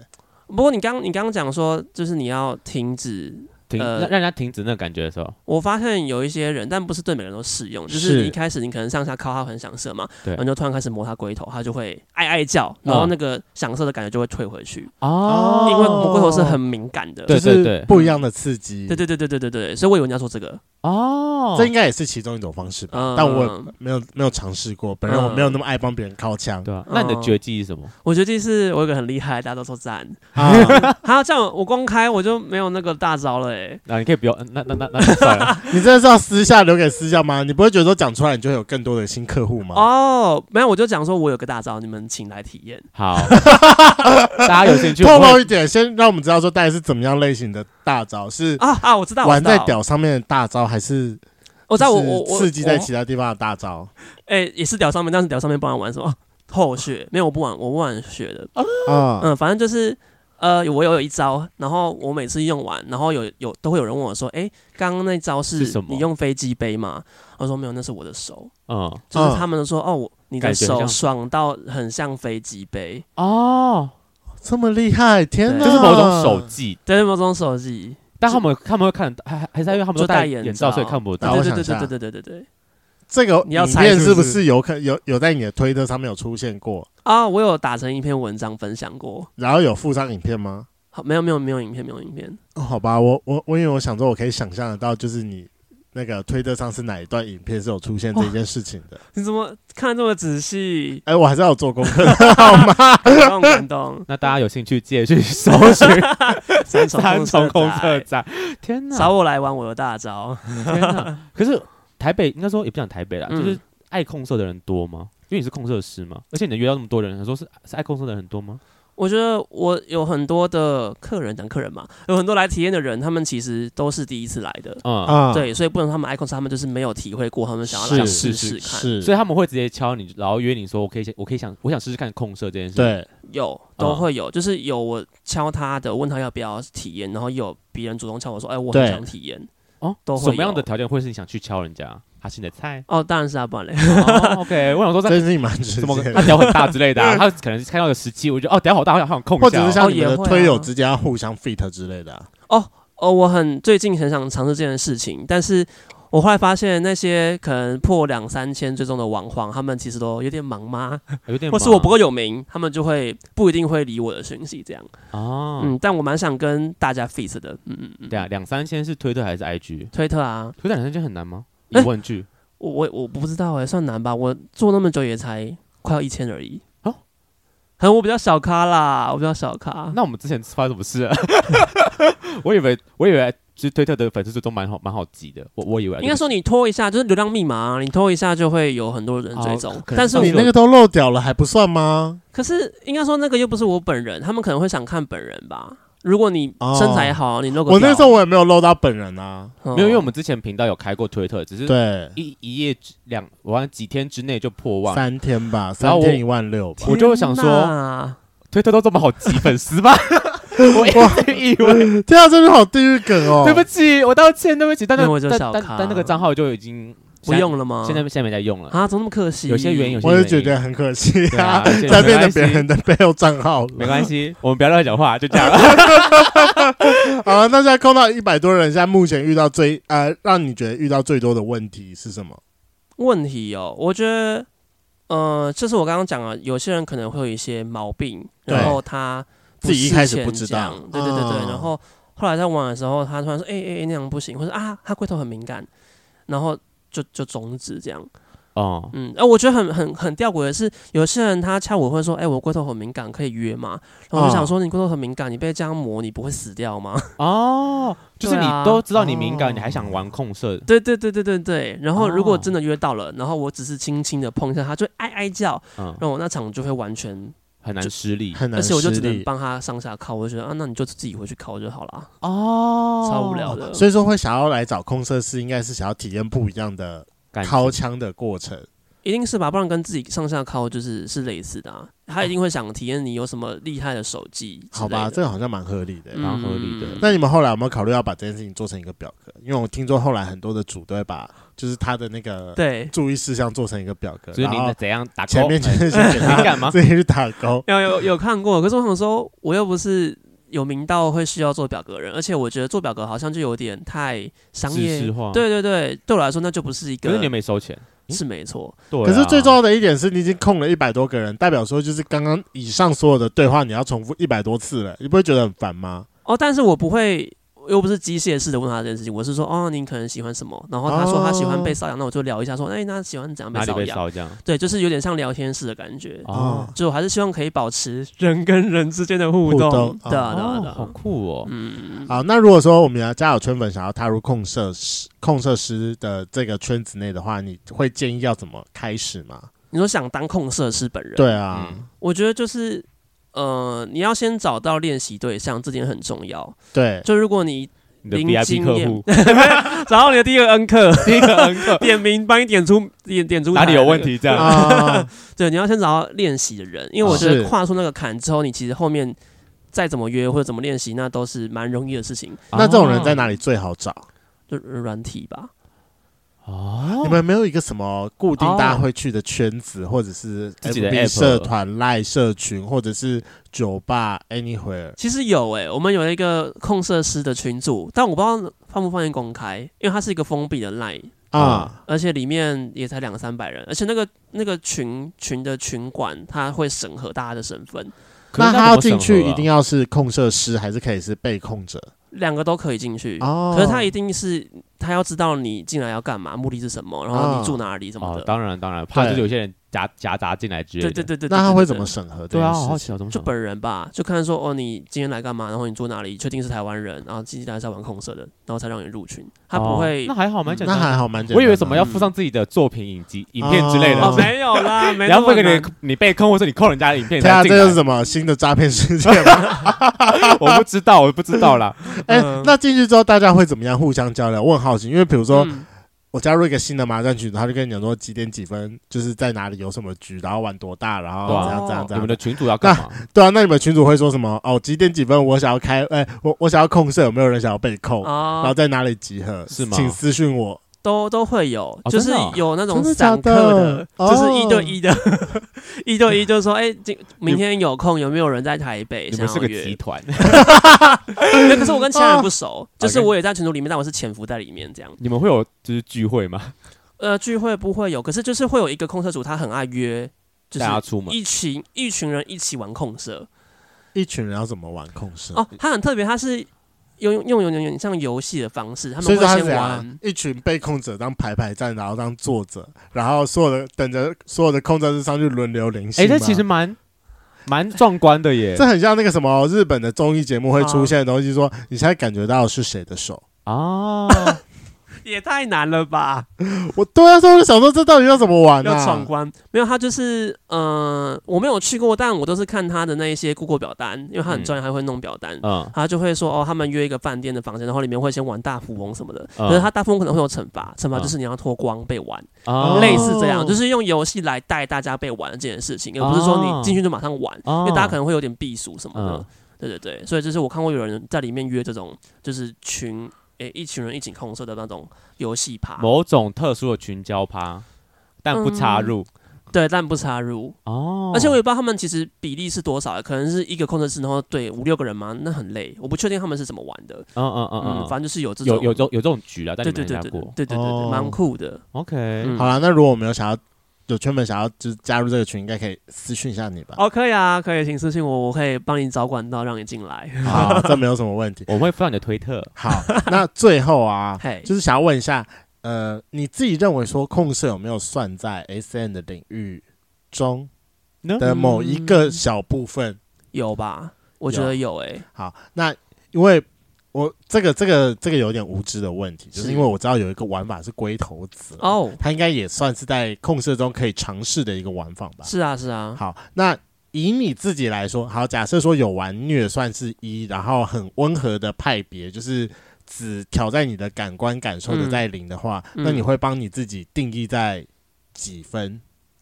Speaker 3: 不过你刚你刚刚讲说，就是你要停止。
Speaker 2: 停，让
Speaker 3: 呃
Speaker 2: 让人家停止那个感觉的时候，
Speaker 3: 我发现有一些人，但不是对每个人都适用，就是是你一开始你可能上下靠他很想射嘛，
Speaker 2: 对
Speaker 3: 然后就突然开始磨他龟头，他就会哀哀叫，然
Speaker 4: 嗯
Speaker 3: 后那个想射的感觉就会退回去，
Speaker 2: 哦
Speaker 3: 因为磨龟头是很敏感的。
Speaker 2: 对
Speaker 1: 就是不一样的刺激，
Speaker 3: 对对对对对对对，所以我以为你要说这个，
Speaker 2: 哦，
Speaker 1: 这应该也是其中一种方式吧。
Speaker 3: 嗯
Speaker 1: 但我没有没有尝试过，本人
Speaker 3: 嗯
Speaker 1: 我没有那么爱帮别人靠枪
Speaker 2: 对啊。那你的
Speaker 3: 嗯
Speaker 2: 绝技是什么？
Speaker 3: 我觉得这是我有一个很厉害，大家都说赞。
Speaker 1: 啊。
Speaker 3: 还有这样我公开我就没有那个大招了哎、
Speaker 2: 啊，你可以不要，那那那那那算了。
Speaker 1: 你真的是要私下留给私下吗？你不会觉得说讲出来你就会有更多的新客户吗？
Speaker 3: 哦，没有，我就讲说我有个大招，你们请来体验。
Speaker 2: 好，大家有兴趣
Speaker 1: 透
Speaker 2: 我们
Speaker 1: 露
Speaker 2: 会
Speaker 1: 一点，先让我们知道说大概是怎么样类型的大招，是
Speaker 3: 啊啊，我知道，我
Speaker 1: 玩
Speaker 3: 知道
Speaker 1: 在，屌上面的大招，还是
Speaker 3: 我知道我
Speaker 1: 是
Speaker 3: 我我
Speaker 1: 刺激在
Speaker 3: 我
Speaker 1: 其他地方的大招？
Speaker 3: 哎、也是屌上面，但是屌上面不然玩什么后血，没有我不玩，我不玩血的。
Speaker 1: 啊，
Speaker 3: 嗯，反正就是呃，我有有一招，然后我每次用完，然后有有都会有人问我说，哎、刚刚那招
Speaker 2: 是
Speaker 3: 是
Speaker 2: 什么
Speaker 3: 你用飞机杯吗？我说没有，那是我的手，
Speaker 2: 嗯
Speaker 3: 就是
Speaker 1: 嗯
Speaker 3: 他们说、哦，我你
Speaker 2: 感
Speaker 3: 的
Speaker 2: 觉很
Speaker 3: 手
Speaker 2: 像
Speaker 3: 爽到很像飞机杯，
Speaker 2: 哦，
Speaker 1: 这么厉害！天哪，
Speaker 2: 就是某种手技，
Speaker 1: 嗯
Speaker 3: 对，某种手技，
Speaker 2: 但他们他们会看，还还还是因为他们都
Speaker 3: 就戴
Speaker 2: 戴
Speaker 3: 眼
Speaker 2: 眼罩，
Speaker 3: 罩
Speaker 2: 所以看不
Speaker 1: 然
Speaker 2: 到
Speaker 1: 后。
Speaker 3: 对
Speaker 1: 我想
Speaker 3: 对对
Speaker 1: 一下
Speaker 3: 对对对对对对
Speaker 1: 这个
Speaker 3: 你要
Speaker 1: 影
Speaker 3: 猜
Speaker 1: 片
Speaker 4: 是
Speaker 1: 不
Speaker 4: 不
Speaker 1: 是有可有有在你的推特上面有出现过？
Speaker 3: 啊，我有打成一篇文章分享过，
Speaker 1: 然后有附上影片吗？
Speaker 3: 好，没有没有没有影片，没有影片，
Speaker 1: 哦，好吧，我我我因为我想说，我可以想象得到，就是你那个推特上是哪一段影片是有出现这件事情的。？
Speaker 3: 你怎么看得这么仔细
Speaker 1: 哎、我还是要有做功 课的好吗？
Speaker 3: 感动感动，
Speaker 2: 那大家有兴趣，记得去搜寻
Speaker 3: 三重
Speaker 2: 三重
Speaker 3: 空
Speaker 2: 空
Speaker 3: 色
Speaker 2: 色
Speaker 3: 彩
Speaker 2: 站。天
Speaker 3: 找
Speaker 2: 哪，
Speaker 3: 我来玩我的大招。
Speaker 2: 天哪！可是台北应该说也不讲台北啦，
Speaker 3: 嗯
Speaker 2: 就是爱控色的人多吗？因为你是控色师嘛，而且你能约到那么多人，他说是是爱控色的人很多吗？
Speaker 3: 我觉得我有很多的客人，讲客人嘛，有很多来体验的人，他们其实都是第一次来的，
Speaker 2: 嗯，
Speaker 1: 啊，
Speaker 3: 对，所以不能他们 icon 他们就是没有体会过，他们想要
Speaker 1: 是
Speaker 3: 来
Speaker 1: 是
Speaker 3: 试
Speaker 1: 是
Speaker 3: 试看。
Speaker 1: 是，
Speaker 2: 所以他们会直接敲你，然后约你说我可以先，我可以想，我想试试看控色这件事。，
Speaker 1: 对，
Speaker 3: 有
Speaker 2: 嗯
Speaker 3: 都会有，就是有我敲他的，问他要不要体验，然后有别人主动敲我说，哎，我很
Speaker 1: 对
Speaker 3: 想体验。
Speaker 2: 哦，
Speaker 3: 都会
Speaker 2: 什
Speaker 3: 有
Speaker 2: 么样的条件会是你想去敲人家？他是你的菜
Speaker 3: 哦，当然是啊，不然嘞，
Speaker 2: 哦？OK，我想说在
Speaker 1: 真是蛮直
Speaker 2: 什么
Speaker 1: 接
Speaker 2: 他
Speaker 1: 的。
Speaker 2: 屌很大之类的啊，他可能看到有十七，我觉得哦屌好大，好想控一
Speaker 1: 或
Speaker 2: 下
Speaker 1: 者
Speaker 2: 哦。
Speaker 1: 是像你
Speaker 3: 哦也
Speaker 1: 们的
Speaker 3: 会啊
Speaker 1: 推友之间要互相 fit 之类的啊、
Speaker 3: 哦，哦，我很最近很想尝试这件事情，但是我后来发现那些可能破两三千追踪的网黄，他们其实都有点忙吗？
Speaker 2: 有点
Speaker 3: 或是
Speaker 2: 忙啊
Speaker 3: 我不够有名，他们就会不一定会理我的讯息这样。
Speaker 2: 啊，
Speaker 3: 嗯，但我蛮想跟大家 f e a t 的，嗯嗯嗯，
Speaker 2: 对啊，两三千是推特还是 IG？
Speaker 3: 推特啊，
Speaker 2: 推特两三千很难吗？疑
Speaker 3: 哎
Speaker 2: 问句
Speaker 3: 我我我不知道哎、算难吧？我做那么久也才快要一千而已。
Speaker 2: 哦
Speaker 3: 哦，可能我比较小咖啦，我比较小咖。
Speaker 2: 那我们之前发生什么事啊？ 我以为我以为就是推特的粉丝数都蛮好蛮好记的，我我以为啊
Speaker 3: 应该说你拖一下，就是流量密码啊、你拖一下就会有很多人追踪。
Speaker 2: 哦可能
Speaker 3: 但是
Speaker 2: 上
Speaker 1: 你
Speaker 2: 面
Speaker 3: 我
Speaker 1: 那个都漏掉了还不算吗？
Speaker 3: 可是应该说那个又不是我本人，他们可能会想看本人吧。如果你
Speaker 2: 哦
Speaker 3: 身材好，你露个
Speaker 1: 我那
Speaker 3: 屌
Speaker 1: 时候我也没有漏到本人啊。
Speaker 3: 嗯
Speaker 2: 没有，因为我们之前频道有开过推特，只是
Speaker 1: 对，
Speaker 2: 一一夜之两，我好像几天之内就破万。
Speaker 1: 三天吧，
Speaker 2: 然
Speaker 1: 三
Speaker 2: 后我
Speaker 1: 天一万六吧。
Speaker 2: 我就想
Speaker 3: 天
Speaker 2: 说，
Speaker 3: 哪
Speaker 2: 推特都这么好记粉丝吧？我一直以为，
Speaker 1: 天啊，真的好地狱梗哦！
Speaker 2: 对不起，我道歉，对不起。但
Speaker 3: 没
Speaker 2: 那
Speaker 3: 有我就
Speaker 2: 但
Speaker 3: 小
Speaker 2: 但
Speaker 3: 咖
Speaker 2: 但那个账号就已经
Speaker 3: 不用了吗？
Speaker 2: 现在现在没在用了。
Speaker 3: 啊，怎么那么可惜？
Speaker 2: 有些原因，有些
Speaker 1: 我
Speaker 2: 原
Speaker 1: 也
Speaker 2: 因
Speaker 1: 觉得很可惜
Speaker 2: 对
Speaker 1: 啊
Speaker 2: 啊，而且
Speaker 1: 才
Speaker 2: 没
Speaker 1: 变
Speaker 2: 关
Speaker 1: 成
Speaker 2: 系
Speaker 1: 别人的备用账号了。
Speaker 2: 没关系，我们不要乱讲话，就这样了。
Speaker 1: 好了，那现在扣到一百多人，现在目前遇到最呃，让你觉得遇到最多的问题是什么？
Speaker 3: 问题哦，我觉得，呃，就是我刚刚讲了，有些人可能会有一些毛病，
Speaker 1: 对
Speaker 3: 然后他
Speaker 1: 自己一
Speaker 3: 事
Speaker 1: 开始
Speaker 3: 前
Speaker 1: 不知道
Speaker 3: 讲对对对对，
Speaker 1: 嗯
Speaker 3: 然后后来在玩的时候，他突然说，哎哎哎，那样不行，或者啊，他龟头很敏感，然后就就终止这样，
Speaker 2: 哦，
Speaker 3: 嗯，呃，我觉得很很很吊诡的是，有些人他敲我会说，哎、我龟头很敏感，可以约吗？然后我
Speaker 1: 啊
Speaker 3: 就想说，你龟头很敏感，你被这样磨，你不会死掉吗？
Speaker 2: 哦，就是
Speaker 3: 对
Speaker 2: 你
Speaker 3: 啊
Speaker 2: 都知道你敏
Speaker 1: 哦
Speaker 2: 感，你还想玩控射，
Speaker 3: 对对对对对对。然后如
Speaker 1: 啊
Speaker 2: 哦
Speaker 3: 果真的约到了，然后我只是轻轻的碰一下，他就会哀哀叫，
Speaker 2: 嗯，
Speaker 3: 然后我那场就会完全
Speaker 2: 很难失利
Speaker 1: 很难
Speaker 3: 而且我就只
Speaker 1: 失
Speaker 3: 能
Speaker 1: 利，
Speaker 3: 帮他上下靠，我就觉得啊，那你就自己回去靠就好了，
Speaker 2: 哦
Speaker 3: 超无聊的。
Speaker 1: 所以说会想要来找控色师，应该是想要体验不一样的
Speaker 2: 感觉
Speaker 1: 掏枪的过程。
Speaker 3: 一定是吧，不然跟自己上下靠就是是类似的啊。他一定会想体验你有什么厉害的手技之类的，
Speaker 1: 好吧，这个好像蛮合理的。
Speaker 3: 嗯
Speaker 2: 蛮合理的
Speaker 1: 那你们后来有没有考虑要把这件事情做成一个表格？因为我听说后来很多的组都会把就是他的那个
Speaker 3: 对，
Speaker 1: 注意事项做成一个表格，
Speaker 2: 所以
Speaker 1: 然
Speaker 2: 您
Speaker 1: 后
Speaker 2: 怎样打勾
Speaker 1: 前面就是先给
Speaker 2: 哎 敏
Speaker 1: 他
Speaker 2: 感吗？
Speaker 1: 自己去打勾。
Speaker 3: 有有有看过，可是我想说，我又不是有名到会需要做表格人，而且我觉得做表格好像就有点太商
Speaker 2: 知识
Speaker 3: 业。
Speaker 2: 化，，
Speaker 3: 对对对，对我来说那就不是一
Speaker 2: 可是
Speaker 3: 个
Speaker 2: 你，没收钱，
Speaker 3: 是没错。
Speaker 2: 对啊。
Speaker 1: 可是最重要的一点是你已经空了一百多个人，代表说就是刚刚以上所有的对话你要重复一百多次了，你不会觉得很烦吗？
Speaker 3: 哦，但是我不会，又不是机械式的问他这件事情，我是说，哦，你可能喜欢什么？然后他说他喜
Speaker 1: 哦
Speaker 3: 欢被瘙痒，那我就聊一下，说，哎，那喜欢怎样被
Speaker 2: 哪里
Speaker 3: 瘙
Speaker 2: 被
Speaker 3: 痒？
Speaker 2: 烧这样？
Speaker 3: 对，就是有点像聊天式的感觉。
Speaker 2: 哦，
Speaker 3: 就我还是希望可以保持
Speaker 4: 人跟人之间的互
Speaker 1: 互
Speaker 4: 动，
Speaker 1: 动哦
Speaker 3: 对啊对啊对
Speaker 2: 好
Speaker 3: 啊，
Speaker 2: 酷哦！
Speaker 3: 嗯，
Speaker 1: 好，那如果说我们要家有圈粉想要踏入控社师、控社师的这个圈子内的话，你会建议要怎么开始吗？
Speaker 3: 你说想当控色师本人，
Speaker 1: 对啊，
Speaker 2: 嗯
Speaker 3: 我觉得就是，呃，你要先找到练习对象，这点很重要。
Speaker 1: 对，
Speaker 3: 就如果你
Speaker 2: 你的
Speaker 3: 零
Speaker 2: VIP
Speaker 3: 经
Speaker 2: 客
Speaker 3: 验
Speaker 2: 户，
Speaker 4: 然后你的第一个恩客
Speaker 2: 第一个恩客
Speaker 4: 点名帮你点出
Speaker 3: 点点出
Speaker 2: 哪里
Speaker 3: 台
Speaker 2: 有
Speaker 3: 那
Speaker 2: 问
Speaker 3: 个？
Speaker 2: 题？这样
Speaker 1: 啊，
Speaker 3: 对，你要先找到练习的人，因为我觉
Speaker 1: 是
Speaker 3: 得跨出那个坎之后，你其实后面再怎么约或者怎么练习，那都是蛮容易的事情，
Speaker 1: 那这种人在哪里最好找？
Speaker 2: 啊
Speaker 3: 就呃软体吧。
Speaker 2: 哦
Speaker 1: 你们没有一个什么固定
Speaker 2: 哦
Speaker 1: 大家会去的圈子，或者是
Speaker 2: 自己的
Speaker 1: FB
Speaker 2: app
Speaker 1: 社团、赖社群，或者是酒吧 anywhere？
Speaker 3: 其实有诶、我们有一个控设师的群组，但我不知道放不放心公开，因为它是一个封闭的 line，
Speaker 1: 啊，
Speaker 3: 而且里面也才两三百人，而且那个那个群群的群管他会审核大家的身份，
Speaker 2: 可
Speaker 1: 那
Speaker 2: 是
Speaker 1: 他
Speaker 2: 要
Speaker 1: 要
Speaker 2: 怎
Speaker 1: 进
Speaker 2: 么审
Speaker 1: 去
Speaker 2: 核啊
Speaker 1: 一定要是控社师，还是可以是被控者？
Speaker 3: 两个都可以进去。
Speaker 1: 哦，
Speaker 3: 可是他一定是他要知道你进来要干嘛，目的是什么，然后
Speaker 1: 哦
Speaker 3: 你住哪里什么
Speaker 2: 哦，
Speaker 3: 的。
Speaker 2: 当然当然，怕
Speaker 1: 对
Speaker 2: 就是有些人夹夹杂进来之类
Speaker 3: 对
Speaker 2: 的。
Speaker 3: 对对对，对
Speaker 1: 那他会
Speaker 3: 对
Speaker 1: 怎
Speaker 3: 对
Speaker 1: 么审核这
Speaker 2: 对
Speaker 1: 件
Speaker 2: 啊，
Speaker 1: 事
Speaker 2: 好
Speaker 1: 情？
Speaker 2: 奇哦，怎么
Speaker 3: 就
Speaker 2: 想
Speaker 3: 本人吧，就看说哦，你今天来干嘛？然后你住哪里？确定是台湾人，然后今天来是玩控社的，然后才让你入群。他不会
Speaker 2: 哦那还好，蛮简
Speaker 1: 嗯那
Speaker 2: 单的。
Speaker 1: 还好，蛮简单的。啊
Speaker 2: 我以为什么要附上自己的作品、影集、影片之类
Speaker 1: 哦
Speaker 2: 的
Speaker 4: 哦，，没有啦，没
Speaker 2: 然
Speaker 4: 那
Speaker 2: 后会
Speaker 4: 么
Speaker 2: 给你
Speaker 4: 难。
Speaker 2: 你被控，或者你扣人家的影片
Speaker 1: 对啊，这
Speaker 2: 才进
Speaker 1: 就是
Speaker 2: 来。
Speaker 1: 什么新的诈骗事件吗？
Speaker 2: 我不知道，我不知 道啦。
Speaker 1: 哎、
Speaker 4: 嗯
Speaker 1: 那进去之后大家会怎么样互相交流？我很好奇，因为比如说、
Speaker 3: 嗯
Speaker 1: 我加入一个新的麻将群组，他就跟你讲说几点几分，就是在哪里有什么局，然后玩多大，然后
Speaker 2: 对啊
Speaker 1: 怎样怎样
Speaker 2: 你
Speaker 1: 怎
Speaker 2: 们
Speaker 1: 样。
Speaker 2: 的群主要干嘛？
Speaker 1: 对啊，那你们群主会说什么？哦，几点几分我想要
Speaker 2: 哦
Speaker 1: 开，哎、我我想要控社，有没有人想要被控？然后
Speaker 3: 啊，
Speaker 1: 在哪里集合？
Speaker 2: 是吗
Speaker 1: 请私讯我。
Speaker 3: 都都会有，
Speaker 2: 哦
Speaker 3: 就是
Speaker 2: 真的哦
Speaker 3: 有那种
Speaker 1: 真的
Speaker 3: 散
Speaker 1: 假
Speaker 3: 客
Speaker 1: 的
Speaker 3: 就是一
Speaker 1: 哦
Speaker 3: 对一的， 一对一就是说，哎、今明天有空有没有人在台北
Speaker 2: 你
Speaker 3: 想
Speaker 2: 们是
Speaker 3: 要
Speaker 2: 个
Speaker 3: 约
Speaker 2: 集？团， 哎
Speaker 3: 对，可是我跟其他人不熟，就是
Speaker 2: 啊
Speaker 3: 我也在群组里面，但我是潜伏在里面这样。
Speaker 2: 你们会有就是聚会吗？
Speaker 3: 呃，聚会不会有，可是就是会有一个控社组，他很爱约，就是
Speaker 2: 大家出门
Speaker 3: 一群一群人一起玩控社
Speaker 1: 一群人要怎么玩控社？
Speaker 3: 哦，他很特别，他是用用有点像游戏的方式，他
Speaker 1: 所
Speaker 3: 们
Speaker 1: 以说他
Speaker 3: 会
Speaker 1: 是怎
Speaker 3: 先
Speaker 1: 样啊
Speaker 3: 玩，
Speaker 1: 一群被控者当排排站，然后当坐者，然后所有的等着所有的控制室上去轮流领
Speaker 2: 哎、
Speaker 1: 薪吗。
Speaker 2: 这其实蛮蛮壮观的耶
Speaker 1: 这很像那个什么日本的综艺节目会
Speaker 3: 哦
Speaker 1: 出现的东西，说你现在感觉到是谁的手？
Speaker 2: 啊！
Speaker 3: 也太难了吧？
Speaker 1: 我对啊，所以我就想说这到底要怎么玩
Speaker 3: 要闯
Speaker 1: 啊？
Speaker 3: 关，没有他就是，呃，我没有去过，但我都是看他的那一些 Google 表单，因为他很专业，他会弄表单，
Speaker 2: 嗯，
Speaker 3: 他就会说哦，他们约一个饭店的房间，然后里面会先玩大富翁什么的，
Speaker 2: 嗯
Speaker 3: 可是他大富翁可能会有惩罚，惩罚
Speaker 2: 嗯
Speaker 3: 就是你要脱光被玩，
Speaker 1: 哦
Speaker 2: 啊
Speaker 3: 类似这样，就是是用游戏来带大家被玩这件事情，而不是说你进去就马上玩，
Speaker 2: 因
Speaker 3: 因为大家可能会有点避暑什么的
Speaker 2: 嗯，
Speaker 3: 对对对，所以就是我看过有人在里面约这种就是群。诶、一群人一起控色的那种游戏趴，
Speaker 2: 某种特殊的群交趴，但
Speaker 3: 嗯
Speaker 2: 不插入、
Speaker 3: 对，但不插入。
Speaker 2: 哦。
Speaker 3: 而且我也不知道他们其实比例是多少，可能是一个控制室，然后对五六个人嘛，那很累。我不确定他们是怎么玩的，
Speaker 2: 嗯嗯嗯
Speaker 3: 嗯，
Speaker 2: 嗯，
Speaker 3: 反正就是有这种
Speaker 2: 有有这种有这种局了，但
Speaker 3: 对
Speaker 2: 你
Speaker 3: 对
Speaker 2: 没
Speaker 3: 对
Speaker 2: 参加
Speaker 3: 对对
Speaker 2: 过。
Speaker 3: 对对对，
Speaker 1: 哦
Speaker 3: 蛮酷的。
Speaker 2: OK，、
Speaker 3: 嗯
Speaker 1: 好啦，那如果我们有想要有圈粉想要就是加入这个群，应该可以私讯一下你吧。
Speaker 3: 哦，可以啊，可以，请私信我，我可以帮你找管道让你进来。
Speaker 1: 好，这没有什么问题。
Speaker 2: 我会放你的推特。
Speaker 1: 好，那最后啊
Speaker 3: 嘿，
Speaker 1: 就是想要问一下，呃，你自己认为说控社有没有算在 S N 的领域中的某一个小部分？
Speaker 3: 有吧？我觉得有
Speaker 2: 啊
Speaker 3: 诶、
Speaker 1: 好，那因为我这个这个这个有点无知的问题，就是
Speaker 3: 是
Speaker 1: 因为我知道有一个玩法是龟头子，
Speaker 3: 哦，
Speaker 2: 啊
Speaker 1: 它应该也算是在控社中可以尝试的一个玩法吧。
Speaker 3: 是啊是啊，
Speaker 1: 好，那以你自己来说，好，假设说有玩虐算是一，然后很温和的派别就是。只挑战你的感官感受的
Speaker 3: 嗯
Speaker 1: 在零的话，
Speaker 3: 嗯
Speaker 1: 那你会帮你自己定义在几分？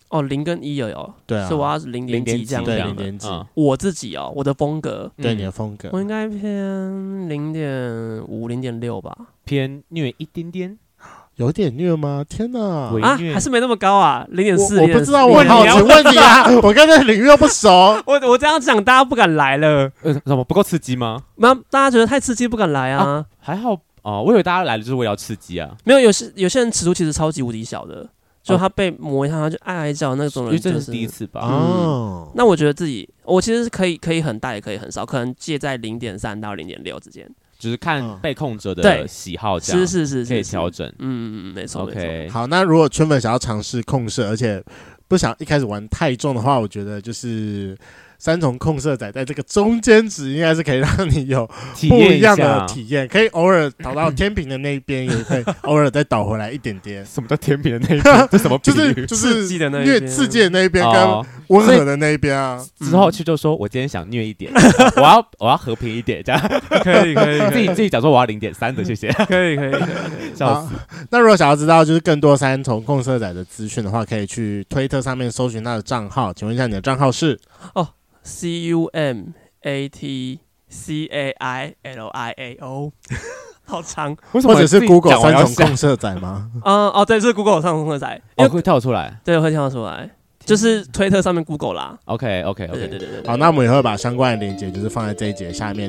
Speaker 3: 哦，零跟一有有，
Speaker 1: 对啊，
Speaker 3: 所以我要
Speaker 2: 零
Speaker 3: 零点
Speaker 2: 点
Speaker 3: 几
Speaker 2: 几
Speaker 3: 嗯
Speaker 1: 对
Speaker 2: 这。
Speaker 3: 这样子
Speaker 2: 样
Speaker 1: 零点
Speaker 2: 的
Speaker 1: 几
Speaker 2: 嗯
Speaker 3: 我自己哦，我的风格，
Speaker 1: 对
Speaker 2: 嗯
Speaker 1: 你的风格，
Speaker 3: 我应该偏零点五、零点六吧？
Speaker 2: 偏虐一点点，
Speaker 1: 有点虐吗？天哪！
Speaker 2: 我
Speaker 3: 啊
Speaker 2: 因，为
Speaker 3: 还是没那么高啊，零点四。
Speaker 1: 我我不知道，我很
Speaker 3: 0.4
Speaker 1: 好奇问你啊，我跟这领域又不熟。
Speaker 4: 我我这样讲，大家不敢来了。
Speaker 2: 呃，
Speaker 1: 嗯
Speaker 2: 什么不够刺激吗？
Speaker 3: 那大家觉得太刺激不敢来啊？
Speaker 2: 还好哦，我以为大家来了就是为了要刺激啊，
Speaker 3: 没有，有些有些人尺度其实超级无敌小的，就他被磨一下他就哀哀叫那种
Speaker 2: 哦因
Speaker 3: 人
Speaker 2: 为
Speaker 3: 就
Speaker 2: 这
Speaker 3: 是。
Speaker 2: 是第一次
Speaker 3: 嗯
Speaker 2: 吧？
Speaker 1: 哦，
Speaker 3: 那我觉得自己，我其实是可以可以很大，也可以很少，可能介在零点三到零点六之间。
Speaker 2: 只是
Speaker 1: 嗯
Speaker 2: 看被控者的
Speaker 3: 对
Speaker 2: 喜好，这样
Speaker 3: 是是是
Speaker 2: 可以
Speaker 3: 是是，
Speaker 2: 调整。
Speaker 3: 嗯嗯嗯，没错没错。
Speaker 2: OK，
Speaker 1: 好，那如果圈粉想要尝试控射，而且不想一开始玩太重的话，我觉得就是三重控射仔在这个中间值应该是可以让你有
Speaker 2: 体
Speaker 1: 不
Speaker 2: 验
Speaker 1: 一样
Speaker 2: 下。
Speaker 1: 的体验，可以偶尔倒到天平的那一边，也可以偶尔再倒回来一点点
Speaker 2: 什么叫甜品的那一边？ 这什么比
Speaker 1: 就
Speaker 2: 喻？
Speaker 1: 是就是
Speaker 4: 刺激的那一
Speaker 1: 越
Speaker 4: 边
Speaker 1: 刺激的那一边跟
Speaker 2: 哦，
Speaker 1: 温和的那一边啊，
Speaker 2: 之后去就说，我今天想虐一点， 我要我要和平一点，这样
Speaker 4: 可以可以
Speaker 2: 自己自己讲说我要零点三的，谢谢，
Speaker 4: 可以可以可 以，
Speaker 2: 笑死。
Speaker 1: 那如果想要知道就是更多三重控色仔的资讯的话，可以去推特上面搜寻他的账号。请问一下，你的账号是？
Speaker 3: C U M A T C A I L I A O，好长。
Speaker 2: 为什
Speaker 1: 或者
Speaker 2: 自
Speaker 1: 是
Speaker 2: 己
Speaker 1: Google
Speaker 2: 讲完
Speaker 1: 三
Speaker 2: 要
Speaker 1: 重
Speaker 2: 笑
Speaker 1: 控色仔吗？
Speaker 3: 嗯哦，对，这是 Google 上公仔，因
Speaker 2: 哦，
Speaker 3: 为
Speaker 2: 会跳出来。
Speaker 3: 对会跳出来，就是推特上面 Google 啦。
Speaker 2: OK OK
Speaker 3: 对对
Speaker 2: OK，
Speaker 3: 对对对。
Speaker 1: 好，那我们也会把相关的链接就是放在这一节下面。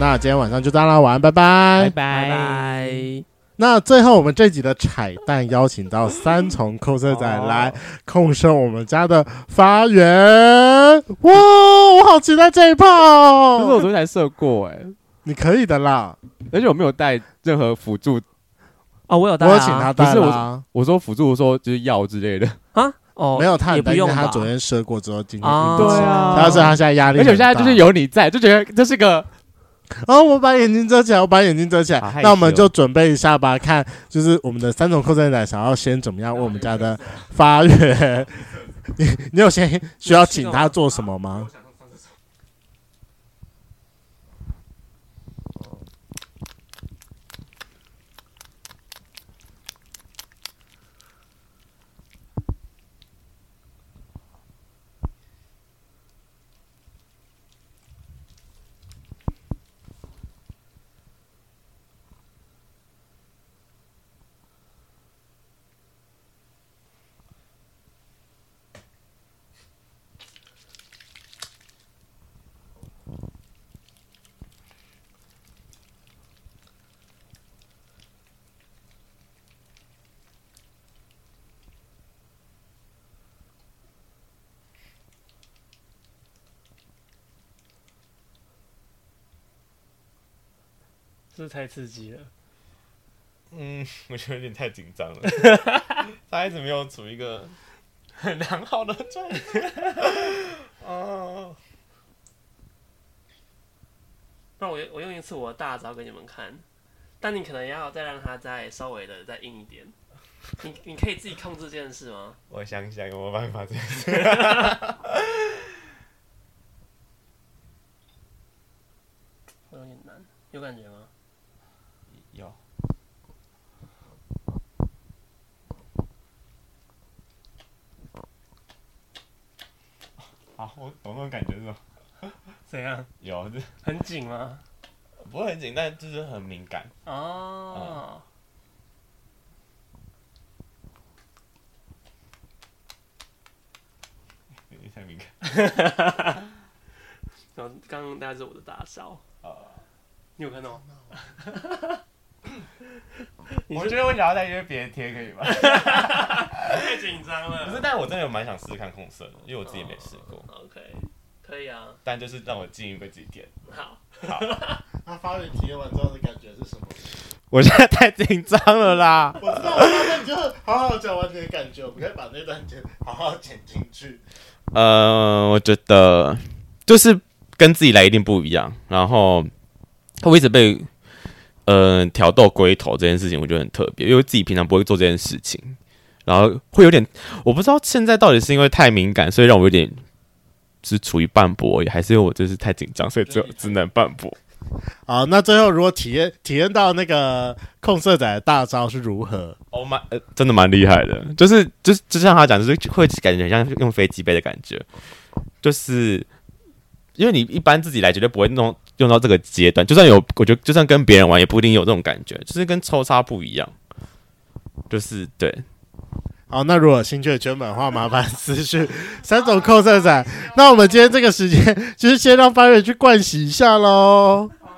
Speaker 1: 那今天晚上就到啦，晚安，拜拜。
Speaker 3: 拜拜。
Speaker 1: 那最后，我们这集的彩蛋邀请到三重控色仔来控射我们家的发源。哇，我好期待这一炮
Speaker 2: 可是我
Speaker 1: 哦！
Speaker 2: 昨天才射过哎、
Speaker 1: 你可以的啦，
Speaker 2: 而且我没有带任何辅助，
Speaker 3: 哦，我有带
Speaker 1: 我
Speaker 3: 啊。
Speaker 1: 有请他带
Speaker 2: 不是
Speaker 1: 啦，
Speaker 2: 我说辅助说就是药之 类的。
Speaker 3: 啊？哦，
Speaker 1: 没有他
Speaker 3: 也
Speaker 1: 很
Speaker 3: 不
Speaker 1: 担心
Speaker 3: 用
Speaker 1: 他
Speaker 3: 吧。
Speaker 1: 昨天射过之后今天
Speaker 3: 啊，
Speaker 1: 硬不起来，他要是他现在压力
Speaker 2: 而
Speaker 1: 很大，
Speaker 2: 且我现在就是有你在，就觉得这是个
Speaker 1: 然后我把眼睛遮起来，我把眼睛遮起
Speaker 5: 好
Speaker 1: 来
Speaker 5: 害。
Speaker 1: 那我们
Speaker 5: 羞
Speaker 1: 就准备一下吧，看就是我们的三种扣针奶想要先怎么样为我们家的发源。你你有先需要请他做什么吗？
Speaker 6: 这太刺激了。
Speaker 5: 嗯，我觉得有点太紧张了，他一直没有处于一个很良好的状态。 哦，
Speaker 3: 那我我用一次我的大招给你们看，但你可能要再让它再稍微的再硬一点。你你可以自己控制这件事吗？
Speaker 5: 我想想有没有办法这样子。
Speaker 3: 会有点难，有感觉吗？
Speaker 5: 有，好，我懂那种感觉是吗？
Speaker 3: 怎样？
Speaker 5: 有，就
Speaker 3: 很紧吗？
Speaker 5: 不会很紧，但就是很敏感。
Speaker 3: 哦，
Speaker 5: 有点太敏感。
Speaker 3: 然后刚刚大家是我的大招，你有看到吗？
Speaker 5: 我觉得我想要再约别人贴，可以吗？
Speaker 3: 太紧张
Speaker 5: 不是，
Speaker 3: 了。
Speaker 5: 但我真的有蛮想试试看控色的，因为我自己没试过。
Speaker 3: OK，可以啊，
Speaker 5: 但就是让我进一个几点。
Speaker 3: 好，
Speaker 1: 他发源体验完之后的感觉是什么？
Speaker 5: 我现在太紧张了啦！
Speaker 1: 我 知道，我知道，那你就好好讲完你的感觉，我们可以把那段剪好好剪进去。
Speaker 5: 呃，我觉得就是跟自己来一定不一样。然后我一直被呃挑逗龟头这件事情，我觉得很特别，因为自己平常不会做这件事情，然后会有点我不知道现在到底是因为太敏感，所以让我有点是处于半驳而已，还是因为我就是太紧张，所以只有只能半驳。
Speaker 1: 好，那最后如果体验体验到那个控色仔的大招是如何？
Speaker 5: 哦蛮呃，真的蛮厉害的，就是就是就像他讲，就是会感觉很像用飞机杯的感觉，就是因为你一般自己来绝对不会弄用到这个阶段，就算有，我觉得就算跟别人玩也不一定有这种感觉，就是跟抽插不一样，就是对，
Speaker 1: 好，那如果有兴趣的圈粉的话，麻烦私 讯三种控色仔。那我们今天这个时间，就是先让发源去盥洗一下喽。